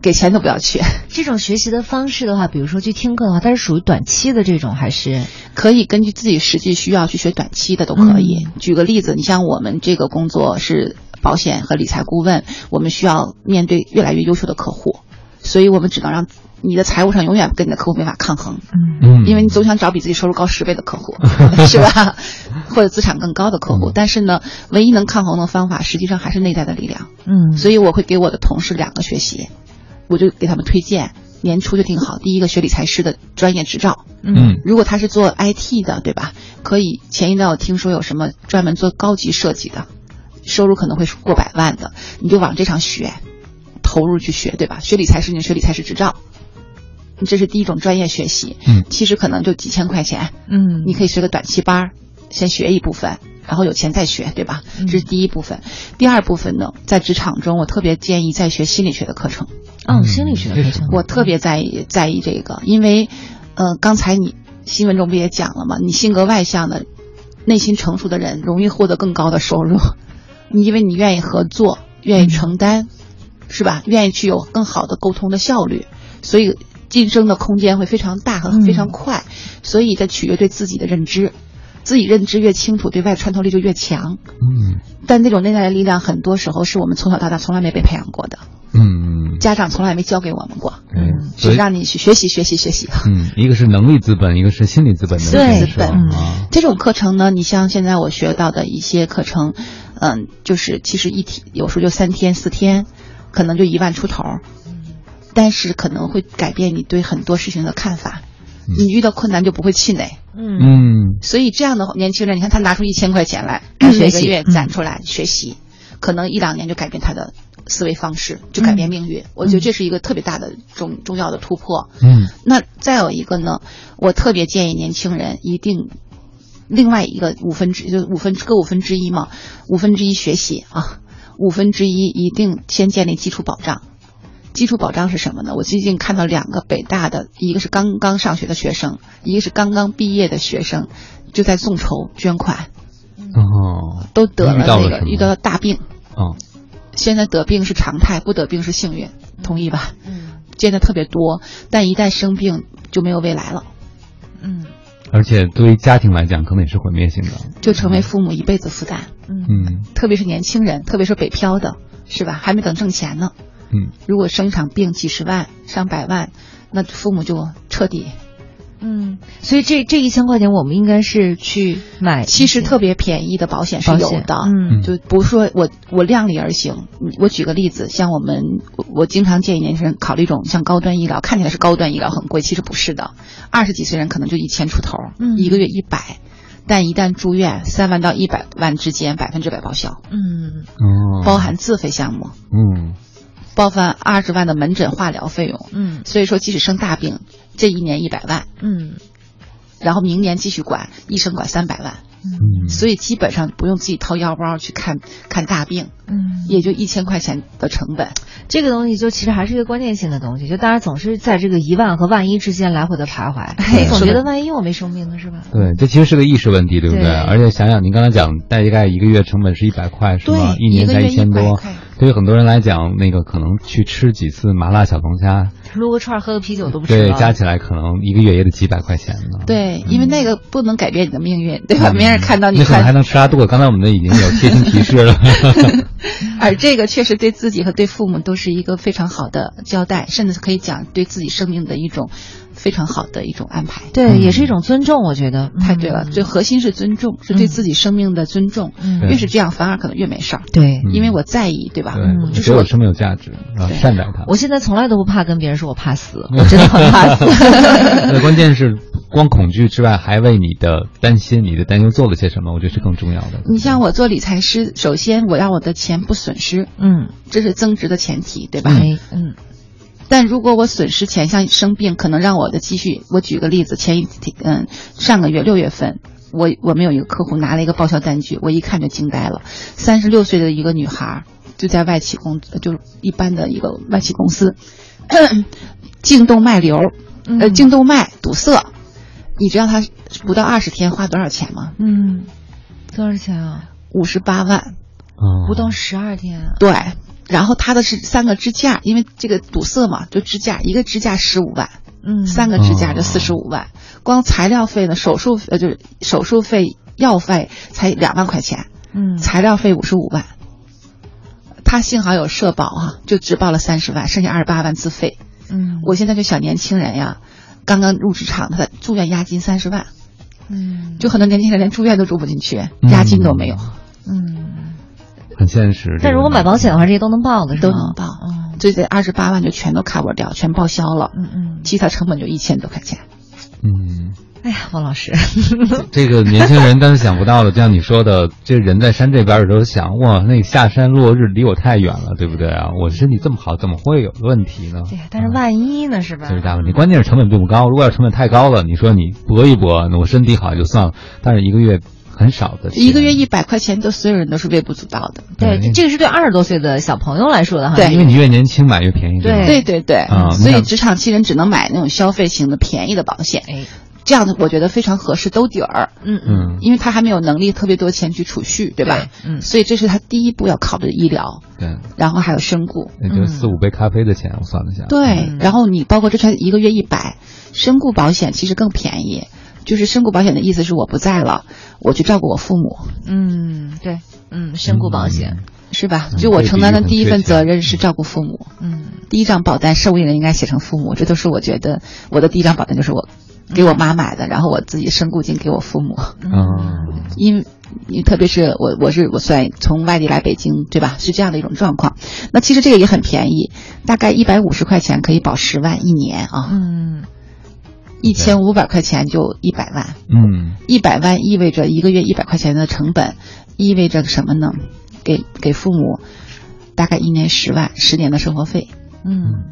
给钱都不要去。
这种学习的方式的话，比如说去听课的话，它是属于短期的这种还是
可以根据自己实际需要去学短期的都可以。举个例子，你像我们这个工作是保险和理财顾问，我们需要面对越来越优秀的客户，所以我们只能让你的财务上永远跟你的客户没法抗衡，
嗯
嗯，
因为你总想找比自己收入高十倍的客户，是吧？ 或者资产更高的客户。但是呢，唯一能抗衡的方法，实际上还是内在的力量。
嗯
所以我会给我的同事两个学习，我就给他们推荐，年初就定好，第一个学理财师的专业执照。
嗯
嗯
如果他是做 IT 的，对吧？可以前一段我听说有什么专门做高级设计的，收入可能会过百万的，你就往这上学，投入去学，对吧？学理财师你就学理财师执照，这是第一种专业学习。
嗯
其实可能就几千块钱，
嗯
你可以学个短期班儿，先学一部分，然后有钱再学，对吧？
嗯
这是第一部分。第二部分呢，在职场中，我特别建议再学心理学的课程。
哦心理学的课程，
我特别在意在意这个，因为，呃，刚才你新闻中不也讲了吗？你性格外向的、内心成熟的人，容易获得更高的收入，你因为你愿意合作，愿意承担，是吧？愿意去有更好的沟通的效率，所以晋升的空间会非常大和
嗯
非常快。所以在取决对自己的认知，自己认知越清楚，对外穿透力就越强。
嗯
但那种内在的力量，很多时候是我们从小到大从来没被培养过的，
嗯，
家长从来没教给我们过。
嗯，所以
是让你去学习学习学习。
嗯，一个是能力资本，一个是心理资本的
对
建
资本
设啊，
这种课程呢，你像现在我学到的一些课程，嗯，就是其实一天有时候就三天四天，可能就一万出头儿，但是可能会改变你对很多事情的看法。
嗯
你遇到困难就不会气馁，
嗯
嗯
所以这样的年轻人，你看他拿出一千块钱来，
嗯
每
学
个
习
月
嗯
攒出来学习，可能一两年就改变他的思维方式，就改变
嗯
命运。我觉得这是一个特别大的重重要的突破。
嗯
那再有一个呢，我特别建议年轻人一定，另外一个五分之就五分各五分之一嘛，五分之一学习啊，五分之一一定先建立基础保障。基础保障是什么呢？我最近看到两个北大的，一个是刚刚上学的学生，一个是刚刚毕业的学生，就在众筹捐款，
哦
都得了
遇到了
那个
什么
遇到了大病。
哦，
现在得病是常态，不得病是幸运，同意吧？
嗯
见的特别多，但一旦生病就没有未来了。
嗯
而且对于家庭来讲，可能也是毁灭性的。
就成为父母一辈子负担，
嗯
嗯
特别是年轻人，特别是北漂的，是吧？还没等挣钱呢，
嗯，
如果生一场病几十万、上百万，那父母就彻底。
嗯，所以这这一千块钱，我们应该是去买一些
其实特别便宜的保险是
保
有
险
的，
嗯
就不是说我我量力而行。嗯我举个例子，像我们，我我经常建议年轻人考虑一种像高端医疗，看起来是高端医疗很贵，其实不是的。二十几岁人可能就一千出头，
嗯
一个月一百，但一旦住院，三万到一百万之间，百分之百报销，
嗯
哦，
包含自费项目。
嗯
包含二十万的门诊化疗费用，
嗯
所以说即使生大病，这一年一百万，
嗯
然后明年继续管，医生管三百万，
嗯，
所以基本上不用自己掏腰包去看看大病，
嗯，
也就一千块钱的成本。
这个东西就其实还是一个关键性的东西，就大家总是在这个一万和万一之间来回的徘徊，
哎
总
是的
觉得万一我没生病呢，是吧？
对，这其实是个意识问题，对不对？
对
而且想想您刚才讲，大概一个月成本是一百块，是吗？
对
年
一个
才
月
一千
100
多
块。
对于很多人来讲，那个可能去吃几次麻辣小龙虾，
撸个串儿喝个啤酒都不吃
对，
了。
加起来可能一个月也得几百块钱呢。
对，因为那个不能改变你的命运，对吧？没人看到
嗯
你
那可能还
看，
能吃拉肚子。刚才我们都已经有贴心提示 了。
而这个确实对自己和对父母都是一个非常好的交代，甚至可以讲对自己生命的一种非常好的一种安排。
对，
嗯
也是一种尊重，我觉得
太对了，最核心是尊重，是对
嗯
自己生命的尊重。
嗯
越是这样，反而可能越没事儿。
对。
嗯
因为我在意，对吧？
对，我
这
觉
是
得
我
我生命有价值，然后
嗯对
善待它。
我现在从来都不怕跟别人说我怕死，
嗯
我真的很怕死。
那关键是，光恐惧之外，还为你的担心、你的担忧做了些什么？我觉得是更重要的。
你像我做理财师，首先我要我的钱不损失，
嗯，
这是增值的前提，对吧？
哎，嗯
但如果我损失钱，像生病，可能让我的积蓄，我举个例子，前一天嗯上个月六月份。我我们有一个客户拿了一个报销单据，我一看就惊呆了。三十六岁的一个女孩儿，就在外企公，就是一般的一个外企公司， 颈动脉瘤，呃，
嗯
颈动脉堵塞。你知道她不到二十天花多少钱吗？
嗯，多少钱啊？
五十八万。
嗯
不到十二天啊。
对，然后它的是三个支架，因为这个堵塞嘛，就支架一个支架十五万，
嗯，
三
个
个支架就
哦
四十五万，光材料费呢，手术呃就是手术费、药费才两万块钱，
嗯
材料费五十五万。他幸好有社保啊，就只报了三十万，剩下二十八万自费。
嗯
我现在这小年轻人呀，刚刚入职场，他的住院押金三十万，
嗯
就很多年轻人连住院都住不进去，
嗯
押金都没有，
嗯，
很现实。
但如果买保险的话，这些都能报的是
都
吗？
能报。
哦，
所以这二十八万就全都 cover 掉，全报销了。
嗯嗯。
其他成本就一千多块钱。
嗯，
哎呀，王老师，
这个年轻人当时想不到的，就像你说的，这人在山这边有时候想，哇，那个下山落日离我太远了，对不对啊？我身体这么好，怎么会有问题呢？
对，但是万一呢，嗯是吧？
这是大问题。关键是成本并不高，如果要成本太高了，你说你搏一搏，那我身体好就算了，但是一个月很少的钱，
一个月一百块钱，都所有人都是微不足道的。
对，
对
这个是对二十多岁的小朋友来说的哈。
对
因为你越年轻买越便宜，吧
对
对对对，
啊
所
那
以职场新人只能买那种消费型的便宜的保险，
哎，
这样子我觉得非常合适兜底儿，
嗯嗯
嗯，
因为他还没有能力特别多钱去储蓄，对吧？
嗯
所以这是他第一步要考虑的医疗，
对，
然后还有身故。
也就
嗯
四五杯咖啡的钱，我算了一下，
对，
嗯
然后你包括这才一个月一百，身故保险其实更便宜。就是身故保险的意思是我不在了，我去照顾我父母，
嗯，对，嗯，身故保险，
是吧？
嗯
就我
这
承
比喻
担的
很
第一
贴
份
切
责任是照顾父母，
嗯
第一张保单受益人应该写成父母，这都是我觉得我的第一张保单就是我给我妈买的，然后我自己身故金给我父母，
哦
嗯。
因为因为特别是我我是我算从外地来北京，对吧？是这样的一种状况。那其实这个也很便宜，大概一百五十块钱可以保十万一年啊，
嗯
一千五百块钱就一百万，
嗯
一百万意味着一个月一百块钱的成本，意味着什么呢？给给父母大概一年十万，十年的生活费。
嗯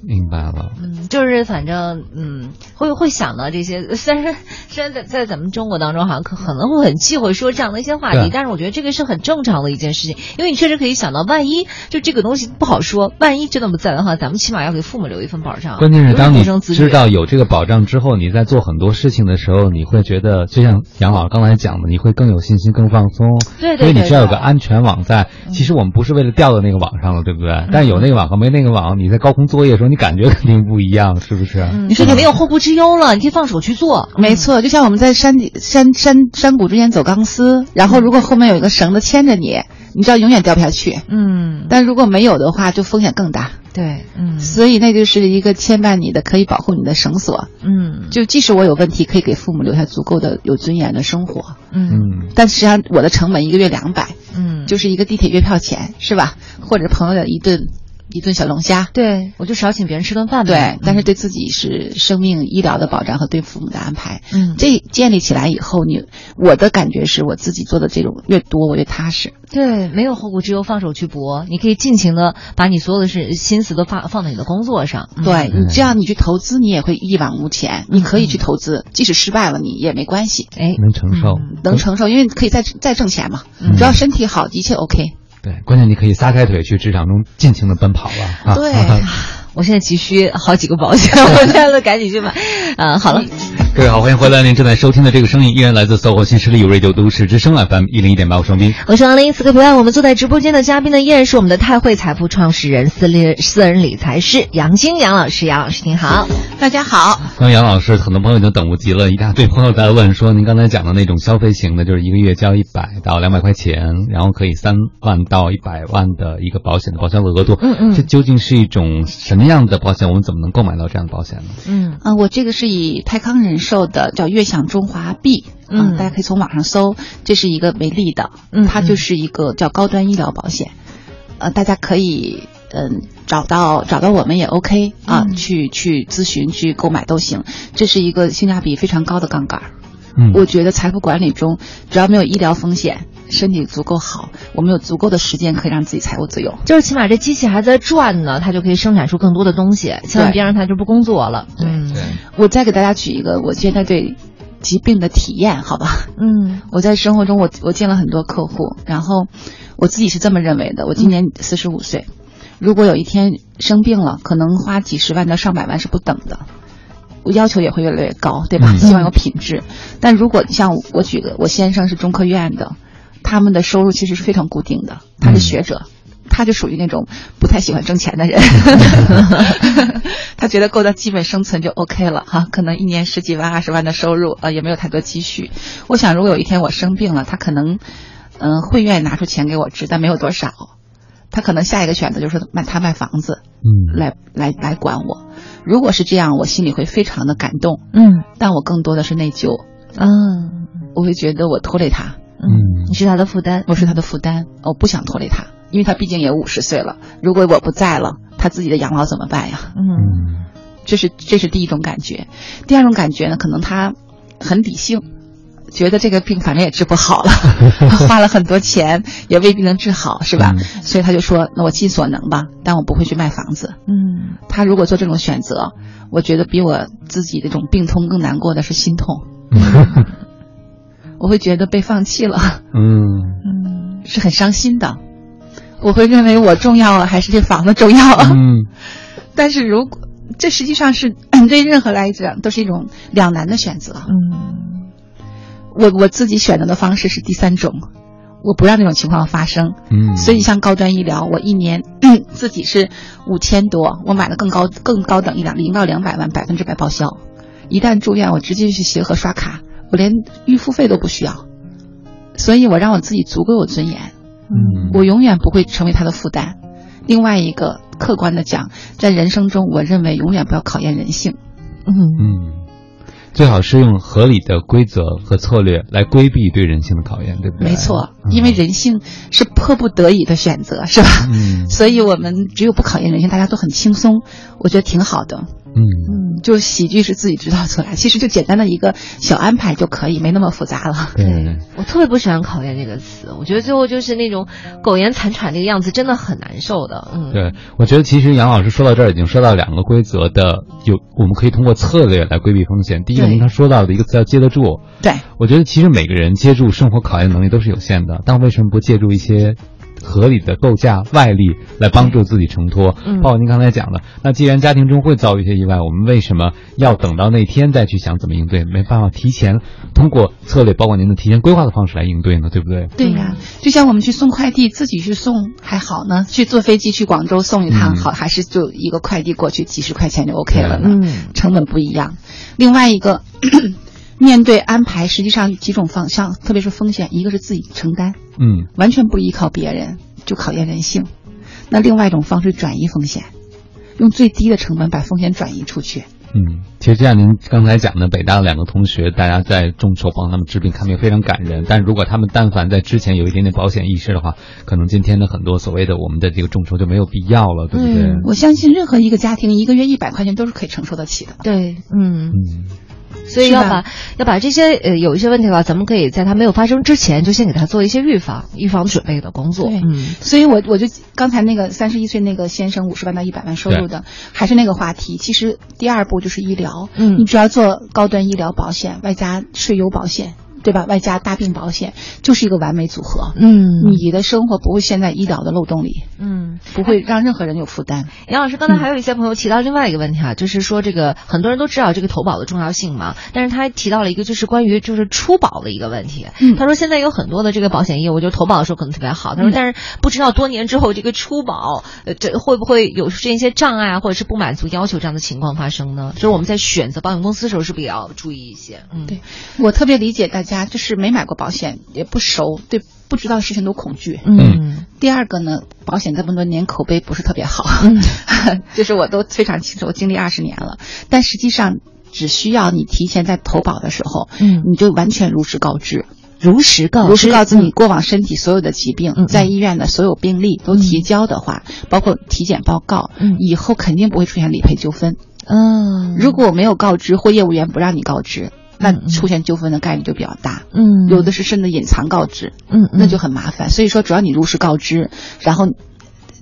明白了。
嗯，就是反正嗯，会会想到这些。虽然说虽然在在咱们中国当中，好像可可能会很忌讳说这样的一些话题
对，
但是我觉得这个是很正常的一件事情，因为你确实可以想到，万一就这个东西不好说，万一真的不在的话，咱们起码要给父母留一份保障。
关键是
不
当
独
你
生子
知
女
道有这个保障之后，你在做很多事情的时候，你会觉得，就像杨老师刚才讲的，你会更有信心、更放松，
对
因
对
为你
对
知道有个
对，嗯
安全网在。其实我们不是为了掉到那个网上了，对不对？但有那个网和没那个网，你在高空作业的时候，你感觉肯定不一样，是不是？
嗯你说你没有后顾之忧了，你可以放手去做。
没错，就像我们在山底山山山谷之间走钢丝，然后如果后面有一个绳子牵着你，你知道永远掉不下去。
嗯，
但如果没有的话，就风险更大。
对，嗯
所以那就是一个牵绊你的、可以保护你的绳索。
嗯
就即使我有问题，可以给父母留下足够的有尊严的生活。
嗯
嗯，
但实际上我的成本一个月两百，
嗯，
就是一个地铁月票钱，是吧？或者朋友的一顿一顿小龙虾。
对我就少请别人吃顿饭呗
对，。但是对自己是生命医疗的保障和对父母的安排。
嗯，
这建立起来以后，你我的感觉是我自己做的这种越多，我越踏实。
对，没有后顾之忧，放手去搏，你可以尽情的把你所有的事心思都放放在你的工作上。嗯，
对
嗯
你这样，你去投资，你也会一往无前。你可以
嗯
去投资，即使失败了，你也没关系，
哎，
能承受。
能承受，因为可以再再挣钱嘛。
嗯
只要身体好，一切 OK。
对，关键你可以撒开腿去职场中尽情的奔跑了啊！
对
我现在急需好几个保险， 我现在都赶紧去买。嗯，好了，
各位好，欢迎回来，您正在收听的这个声音依然来自搜狐新势力 Radio 都市之声 FM 一零一点八，我双 斌。
我是王琳。此刻陪伴我们坐在直播间的嘉宾呢，依然是我们的泰汇财富创始人、私立私人理财师杨晶杨老师。杨老师您好，
大家好，
刚杨老师，很多朋友已经等不及了，一大堆朋友在问说，您刚才讲的那种消费型的，就是一个月交一百到两百块钱，然后可以三万到一百万的一个保险的报销额度。
嗯嗯
这究竟是一种什么样的保险？我们怎么能购买到这样的保险呢？
嗯
嗯、我这个是以泰康人寿的叫“悦享中华币”，
嗯
嗯、大家可以从网上搜，这是一个为例的，
嗯
它
嗯
就是一个叫高端医疗保险，呃，大家可以嗯找到找到我们也 OK 啊，
嗯
去去咨询去购买都行，这是一个性价比非常高的杠杆儿。
嗯，
我觉得财富管理中，只要没有医疗风险，身体足够好，我们有足够的时间可以让自己财务自由。
就是起码这机器还在转呢，它就可以生产出更多的东西，千万别让它就不工作了。
对
嗯
对，
我再给大家举一个我现在对疾病的体验，好吧？
嗯
我在生活中我，我见了很多客户，然后我自己是这么认为的：我今年四十五岁，如果有一天生病了，可能花几十万到上百万是不等的。我要求也会越来越高，对吧？
嗯
希望有品质。但如果像我举个，我先生是中科院的，他们的收入其实是非常固定的，他是学者。他就属于那种不太喜欢挣钱的人，他觉得够到基本生存就 OK 了哈、可能一年十几万、二十万的收入，呃，也没有太多积蓄。我想，如果有一天我生病了，他可能，嗯、会愿意拿出钱给我支，但没有多少。他可能下一个选择就是卖他卖房子
嗯，
来来来管我。如果是这样，我心里会非常的感动，
嗯
但我更多的是内疚，
嗯
我会觉得我拖累他，
嗯
你是他的负担。
我是他的负担，我不想拖累他，因为他毕竟也五十岁了，如果我不在了，他自己的养老怎么办呀？
嗯
嗯
这是这是第一种感觉。第二种感觉呢，可能他很理性，觉得这个病反正也治不好了， 花了很多钱也未必能治好，是吧？
嗯
所以他就说：“那我尽所能吧，但我不会去卖房子。
嗯”
他如果做这种选择，我觉得比我自己这种病痛更难过的是心痛。我会觉得被放弃了
嗯
嗯
是很伤心的，我会认为我重要还是这房子重要？
嗯，
但是如果这实际上是 对任何来讲都是一种两难的选择。
嗯
我我自己选择的方式是第三种，我不让这种情况发生。
嗯
所以像高端医疗，我一年 自己是五千多，我买了更高更高等一点，零到两百万，百分之百报销。一旦住院，我直接去协和刷卡，我连预付费都不需要。所以我让我自己足够有尊严，
嗯
我永远不会成为他的负担。另外一个客观的讲，在人生中，我认为永远不要考验人性。
嗯
嗯，最好是用合理的规则和策略来规避对人性的考验，对不对？
没错，
嗯
因为人性是迫不得已的选择，是吧？
嗯
所以我们只有不考验人性，大家都很轻松，我觉得挺好的。
嗯，
嗯，
就是喜剧是自己制造出来，其实就简单的一个小安排就可以，没那么复杂了。
对，
我特别不喜欢“考验”这个词，我觉得最后就是那种苟延残喘这个样子，真的很难受的。嗯，
对，我觉得其实杨老师说到这儿已经说到两个规则的，有我们可以通过策略来规避风险。第一个，
对
您刚说到的一个词叫接得住，
对，
我觉得其实每个人接住生活考验能力都是有限的，但为什么不借助一些合理的构架外力来帮助自己承托？
嗯
包括您刚才讲的，那既然家庭中会遭遇一些意外，我们为什么要等到那天再去想怎么应对？没办法提前通过策略，包括您的提前规划的方式来应对呢？对不对？
对呀、就像我们去送快递，自己去送还好呢，去坐飞机去广州送一趟
嗯
好，还是就一个快递过去几十块钱就 OK 了呢？
嗯
成本不一样。另外一个， 面对安排，实际上几种方向，特别是风险，一个是自己承担，
嗯，
完全不依靠别人，就考验人性；那另外一种方式，转移风险，用最低的成本把风险转移出去。
嗯，其实就像您刚才讲的，北大的两个同学，大家在众筹帮他们治病，看病非常感人。但如果他们但凡在之前有一点点保险意识的话，可能今天的很多所谓的我们的这个众筹就没有必要了，对不对？
嗯
我相信任何一个家庭，一个月一百块钱都是可以承受得起的。
对，嗯，
嗯
所以
是
要
吧
把要把这些呃有一些问题的话，咱们可以在它没有发生之前，就先给它做一些预防、预防准备的工作。
对
嗯
所以我我就刚才那个三十一岁那个先生五十万到一百万收入的，还是那个话题。其实第二步就是医疗，
嗯
你只要做高端医疗保险，外加税优保险，对吧？外加大病保险，就是一个完美组合。
嗯
你的生活不会陷在医疗的漏洞里，
嗯，
不会让任何人有负担。
杨老师，
嗯
刚才还有一些朋友提到另外一个问题啊，就是说这个很多人都知道这个投保的重要性嘛，但是他还提到了一个就是关于就是出保的一个问题。
嗯
他说现在有很多的这个保险业务，就投保的时候可能特别好，他说
嗯
但是不知道多年之后这个出保，呃，这会不会有这些障碍啊，或者是不满足要求这样的情况发生呢？就是我们在选择保险公司的时候，是不是也要注意一些？嗯，
对我特别理解大家，就是没买过保险，也不熟，对不知道的事情都恐惧。
嗯
第二个呢，保险这么多年口碑不是特别好，
嗯
就是我都非常清楚，我经历二十年了。但实际上，只需要你提前在投保的时候，
嗯，
你就完全如实告知，
如实告知，
如实告知你过往身体所有的疾病，
嗯嗯
在医院的所有病例都提交的话，包括体检报告，
嗯
以后肯定不会出现理赔纠纷。
嗯，
如果我没有告知或业务员不让你告知，那
嗯嗯
出现纠纷的概率就比较大。
嗯
有的是甚至隐藏告知，
嗯嗯
那就很麻烦。所以说，只要你如实告知，然后你，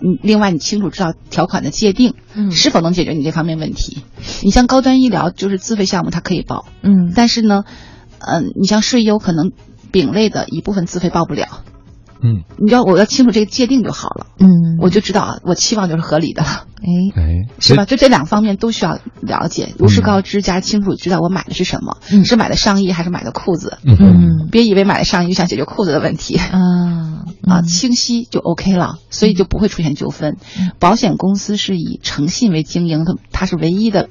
你另外你清楚知道条款的界定
嗯
是否能解决你这方面问题。你像高端医疗就是自费项目，它可以报，
嗯
但是呢，嗯，你像税优可能丙类的一部分自费报不了。
嗯，
你要我要清楚这个界定就好了，
嗯
我就知道啊，我期望就是合理的了，
哎
哎，
是吧？就这两方面都需要了解，如实告知加清楚知道我买的是什么，
嗯
是买的上衣还是买的裤子。
嗯嗯
嗯
别以为买了上衣就想解决裤子的问题，
啊
啊，清晰就 OK 了，所以就不会出现纠纷
嗯。
保险公司是以诚信为经营，它它是唯一的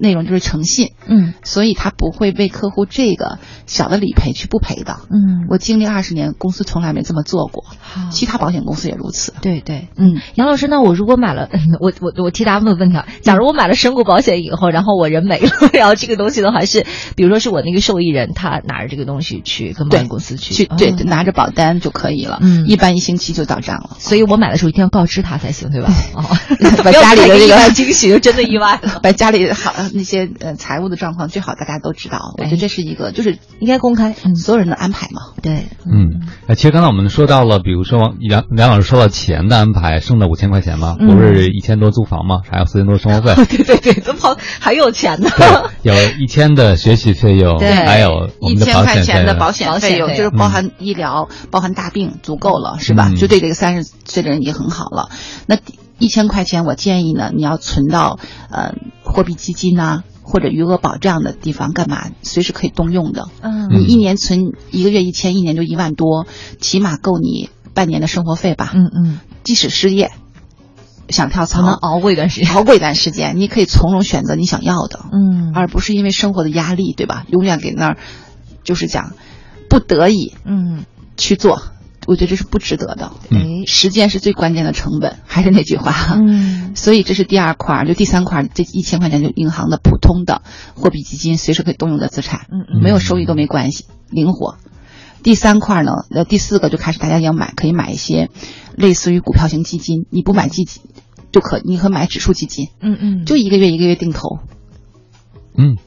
内容就是诚信，
嗯
所以它不会为客户这个小的理赔去不赔的。
嗯，啊
我经历二十年，公司从来没这么做过，
好
其他保险公司也如此。
对对。
嗯，
杨老师，那我如果买了，嗯我我我替大家问问题啊，假如我买了身故保险以后，然后我人没了，然后这个东西的话是，比如说是我那个受益人，他拿着这个东西去跟保险公司去
去对，
哦
拿着保单就可以了。
嗯
一般一星期就到账了。，
所以我买的时候一定要告知他才行，对 吧？哦
把家里的这 个
不要太意外惊喜就真的意外了，
把家里好那些呃财务的状况最好大家都知道，我觉得这是一个就是
应该公开。哎嗯，
所有人的安排嘛。
对，
嗯，哎，其实刚才我们说到了，比如说王梁梁老师说到钱的安排，剩了五千块钱嘛，
嗯，
不是一千多租房嘛，还有四千多生活 费
对对对，怎么好还有钱呢？
对，有一千的学习费用，
对
还有我
一
们的
千
保
块
险费
钱的
用。
保险费
保险费
用，
用
就是包含医疗、包含大病，足够了，是吧？
嗯
就对这个三十岁的人已经很好了。那一千块钱，我建议呢，你要存到呃货币基金呐、或者余额宝这样的地方，干嘛？随时可以动用的。
嗯
你一年存一个月一千，一年就一万多，起码够你半年的生活费吧。
嗯嗯，
即使失业，想跳
才能
槽，
熬过一段时间。
熬过一段时间，你可以从容选择你想要的。
嗯
而不是因为生活的压力，对吧？永远给那儿，就是讲不得已
嗯，
去做，我觉得这是不值得的。
哎，
时间是最关键的成本，还是那句话。
嗯
所以这是第二块儿，就第三块儿，这一千块钱就银行的普通的货币基金，随时可以动用的资产，
嗯嗯
没有收益都没关系，灵活。第三块儿呢，呃，第四个就开始大家要买，可以买一些类似于股票型基金，你不买基金，就可你可买指数基金，
嗯嗯，
就一个月一个月定投，
嗯，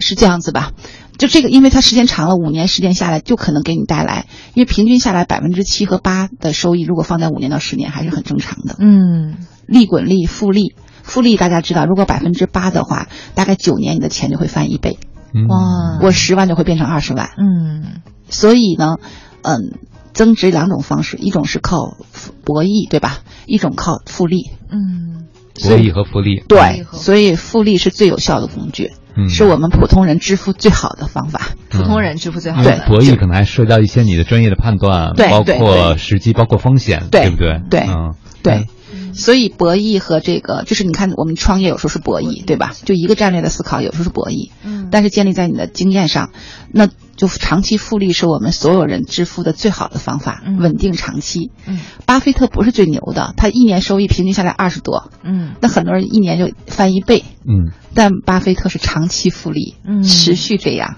是这样子吧？就这个，因为它时间长了，五年时间下来就可能给你带来，因为平均下来百分之七和八的收益，如果放在五年到十年还是很正常的。
嗯
利滚利复利，复利大家知道，如果百分之八的话，大概九年你的钱就会翻一倍，
嗯
哇
我十万就会变成二十万。
嗯
所以呢，嗯，增值两种方式，一种是靠博弈，对吧？一种靠复利。
嗯
博弈和复利，
对，
和
所以复利是最有效的工具，
嗯，
是我们普通人致富最好的方法。
普通人致富最好
因为
的，
博弈可能还涉及到一些你的专业的判断，
对
包
对
括
对
时机，包括风险，
对
不对？
对
嗯，
对，所以博弈和这个就是你看，我们创业有时候是博弈，对吧？就一个战略的思考，有时候是博弈，
嗯
但是建立在你的经验上，那就长期复利是我们所有人致富的最好的方法，
嗯
稳定长期。
嗯
巴菲特不是最牛的，他一年收益平均下来二十多，
嗯
那很多人一年就翻一倍，
嗯，
但巴菲特是长期复利，
嗯
持续这样，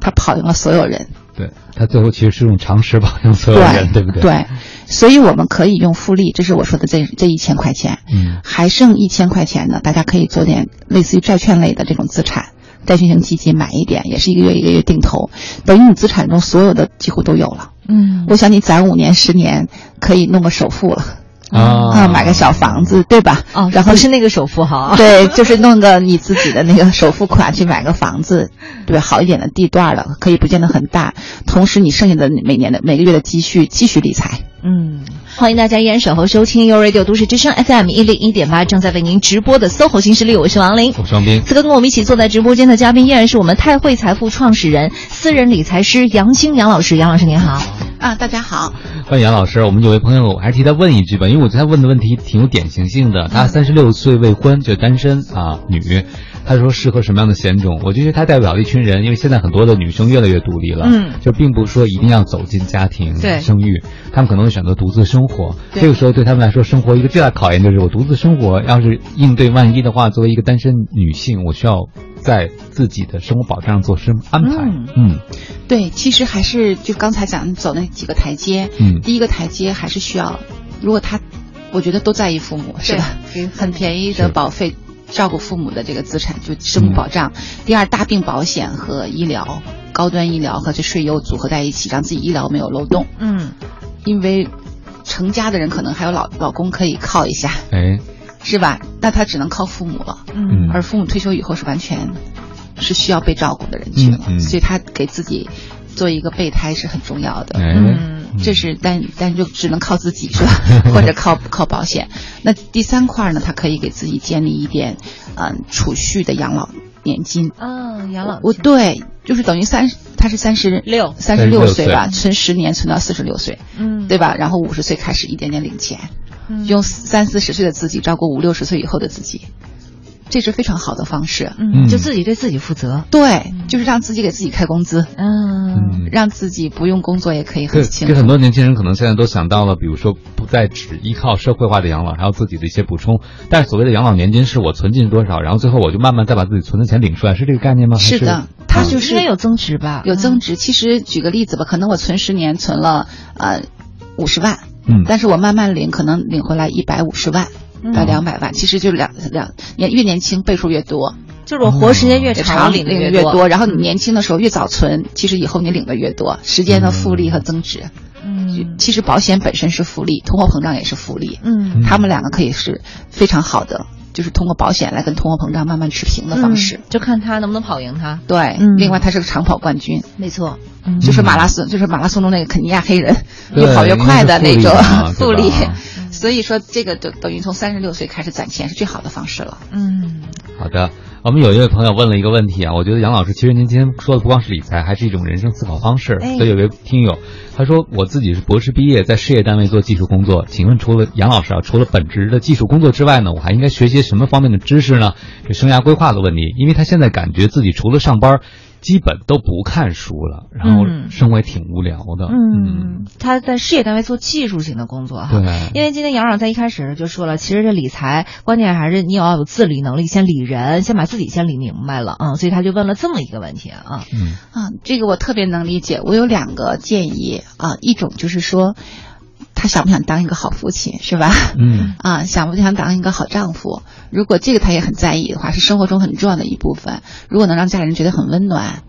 他跑赢了所有人。
对，他最后其实是用常识保证所有人，对不对？，
对，所以我们可以用复利，这是我说的这这一千块钱，
嗯
还剩一千块钱呢，大家可以做点类似于债券类的这种资产，债券型基金买一点，也是一个月一个月定投，等于你资产中所有的几乎都有了。
嗯
我想你攒五年、十年，可以弄个首付了
啊
啊，买个小房子，对吧？
哦，
然后
不是那个首富哈啊，
对，就是弄个你自己的那个首付款去买个房子，对吧，好一点的地段了，可以不见得很大。同时，你剩下的每年的每个月的积蓄继续理财。
嗯，欢迎大家依然守候收听 u Radio 都市之声 FM 一零一点八，正在为您直播的《搜 o 新势力》，我是王琳。
我双兵，
此刻跟我们一起坐在直播间的嘉宾依然是我们泰汇财富创始人、私人理财师杨青杨老师。杨老师您好，
啊，大家好，
欢迎杨老师。我们有位朋友，我还是替他问一句吧，因为我觉得他问的问题挺有典型性的。
嗯
他三十六岁未婚，就单身啊，女。他说适合什么样的险种？我觉得他代表了一群人，因为现在很多的女生越来越独立了，
嗯
就并不是说一定要走进家庭
对
生育，他们可能会选择独自生活。
对
这个时候对他们来说，生活一个最大的考验就是我独自生活，要是应对万一的话，作为一个单身女性，我需要在自己的生活保障上做什么安排？
嗯
嗯
对，其实还是就刚才讲走那几个台阶，
嗯
第一个台阶还是需要，如果他，我觉得都在意父母，是吧？ 很便宜的
是
保费。照顾父母的这个资产，就
嗯
生母保障。第二，大病保险和医疗，高端医疗和这税优组合在一起，让自己医疗没有漏洞。
嗯
因为成家的人可能还有老老公可以靠一下，
哎，
是吧？那他只能靠父母了，
嗯
而父母退休以后是完全是需要被照顾的人群了，
嗯嗯
所以他给自己做一个备胎是很重要的。
哎
嗯
这是但但就只能靠自己是吧？或者靠靠保险。那第三块呢，他可以给自己建立一点嗯储蓄的养老年金。
啊，杨老
我对，就是等于三十，他是三十
六
三十六岁吧，存十年存到四十六岁，
嗯
对吧？然后五十岁开始一点点领钱，
嗯
用三四十岁的自己照顾五六十岁以后的自己，这是非常好的方式。
嗯，就自己对自己负责，
对，就是让自己给自己开工资，
嗯
嗯
让自己不用工作也可以
对，
很轻
这
松。
很多年轻人可能现在都想到了，比如说不再只依靠社会化的养老，还有自己的一些补充。但是所谓的养老年金是我存进去多少，然后最后我就慢慢再把自己存的钱领出来，是这个概念吗？还
是的，它
嗯
就是
应该有增值吧？
有增值。其实举个例子吧，可能我存十年存了呃五十万，
嗯
但是我慢慢领，可能领回来一百五十万
嗯
到两百万，其实就两两年越年轻倍数越多，
就是我活时间越
长
嗯领的
领的
越嗯
越多。，然后你年轻的时候越早存，其实以后你领的越多，时
嗯
间的复利和增值。
嗯
其实保险本身是复利，通货膨胀也是复利，
嗯
他们两个可以是非常好的，就是通过保险来跟通货膨胀慢慢持平的方式。
嗯就看他能不能跑赢他，
对，
嗯
另外他是个长跑冠军，
没错，嗯
就是马拉松，就是马拉松中那个肯尼亚黑人
对
越跑越快的那种
复
复
利
利
嘛对吧。
所以说，这个等等于从三十六岁开始攒钱是最好的方式了。
嗯
好的，我们有一位朋友问了一个问题啊，我觉得杨老师其实您今天说的不光是理财，还是一种人生思考方式。
哎
所以有位听友他说，我自己是博士毕业，在事业单位做技术工作，请问除了杨老师啊，除了本职的技术工作之外呢，我还应该学些什么方面的知识呢？这生涯规划的问题，因为他现在感觉自己除了上班，基本都不看书了，然后
嗯
生活也挺无聊的。
嗯，他在事业单位做技术型的工作哈。
对，
因为今天杨老师在一开始就说了，其实这理财关键还是你要有自理能力，先理人，先把自己先理明白了啊、所以他就问了这么一个问题啊，
嗯
啊，这个我特别能理解。我有两个建议啊，一种就是说，他想不想当一个好父亲，是吧？
嗯，
啊，想不想当一个好丈夫？如果这个他也很在意的话，是生活中很重要的一部分。如果能让家人觉得很温暖，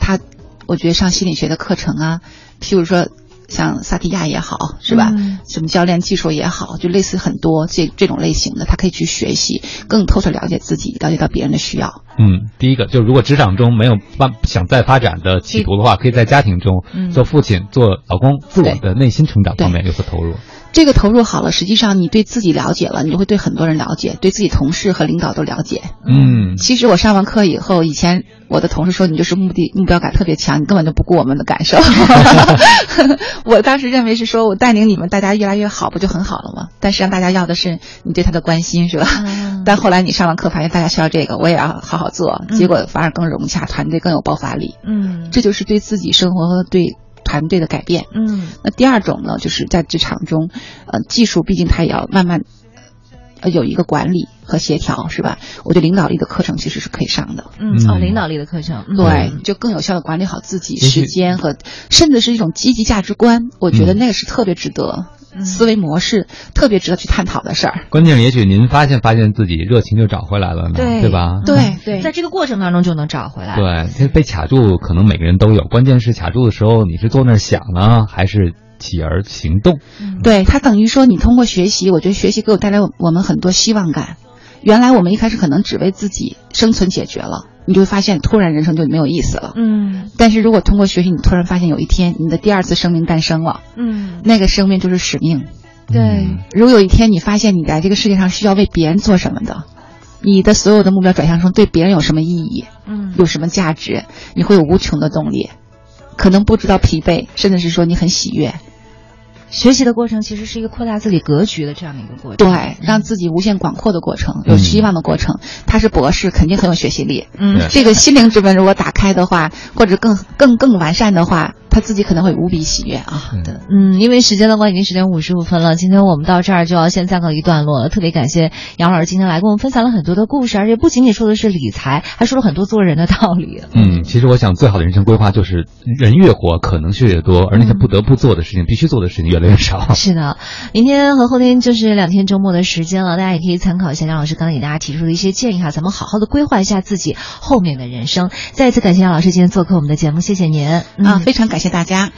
他，我觉得上心理学的课程啊，譬如说像萨提亚也好，是吧？
嗯
什么教练技术也好，就类似很多这这种类型的，他可以去学习，更透彻了解自己，了解到别人的需要。
嗯，第一个就是，如果职场中没有发想再发展的企图的话，可以在家庭中
嗯
做父亲、做老公，自我的内心成长方面有所投入。
这个投入好了，实际上你对自己了解了，你就会对很多人了解，对自己同事和领导都了解。
嗯，
其实我上完课以后，以前我的同事说你就是目的目标感特别强，你根本就不顾我们 的感受。 我当时认为是说我带领你们大家越来越好，不就很好了吗？但实际上大家要的是你对他的关心，是吧？
嗯
但后来你上完课发现大家需要这个，我也要好好做，
嗯
结果反而更融洽，团队更有爆发力。
嗯
这就是对自己生活和对团队的改变。
嗯
那第二种呢，就是在职场中，呃，技术毕竟它也要慢慢。呃有一个管理和协调是吧？我觉得领导力的课程其实是可以上的，
嗯
嗯
哦，领导力的课程，嗯
对，就更有效的管理好自己
也许
时间和，甚至是一种积极价值观，我觉得
嗯
那个是特别值得、
嗯
思维模式，特别值得去探讨的事儿。
关键是也许您发现发现自己热情就找回来了呢，
对
吧？
对对
嗯在这个过程当中就能找回来。
对，其实被卡住可能每个人都有，关键是卡住的时候你是坐那儿想呢，还是起而行动？
嗯
对，它等于说你通过学习，我觉得学习给我带来我我们很多希望感。原来我们一开始可能只为自己生存解决了，你就会发现突然人生就没有意思了。
嗯
但是如果通过学习，你突然发现有一天你的第二次生命诞生了，
嗯，
那个生命就是使命。
对
嗯
如果有一天你发现你在这个世界上需要为别人做什么的，你的所有的目标转向成对别人有什么意义，
嗯
有什么价值，你会有无穷的动力，可能不知道疲惫，甚至是说你很喜悦，
学习的过程其实是一个扩大自己格局的这样的一个过程。
对，让自己无限广阔的过程，有希望的过程。他是博士，肯定很有学习力。
嗯
对
这个心灵之门如果打开的话，或者更更更完善的话，他自己可能会无比喜悦啊。
对
嗯，因为时间的话已经十点五十五分了，今天我们到这儿就要先暂告一段落了。特别感谢杨老师今天来跟我们分享了很多的故事，而且不仅仅说的是理财，还说了很多做人的道理。
嗯，其实我想，最好的人生规划就是人越活可能是越多，而那
嗯
些不得不做的事情、必须做的事情越来越少。
是的，明天和后天就是两天周末的时间了，大家也可以参考一下杨老师刚才给大家提出的一些建议哈，咱们好好的规划一下自己后面的人生。再一次感谢杨老师今天做客我们的节目，谢谢您嗯
啊啊，非常感谢大家。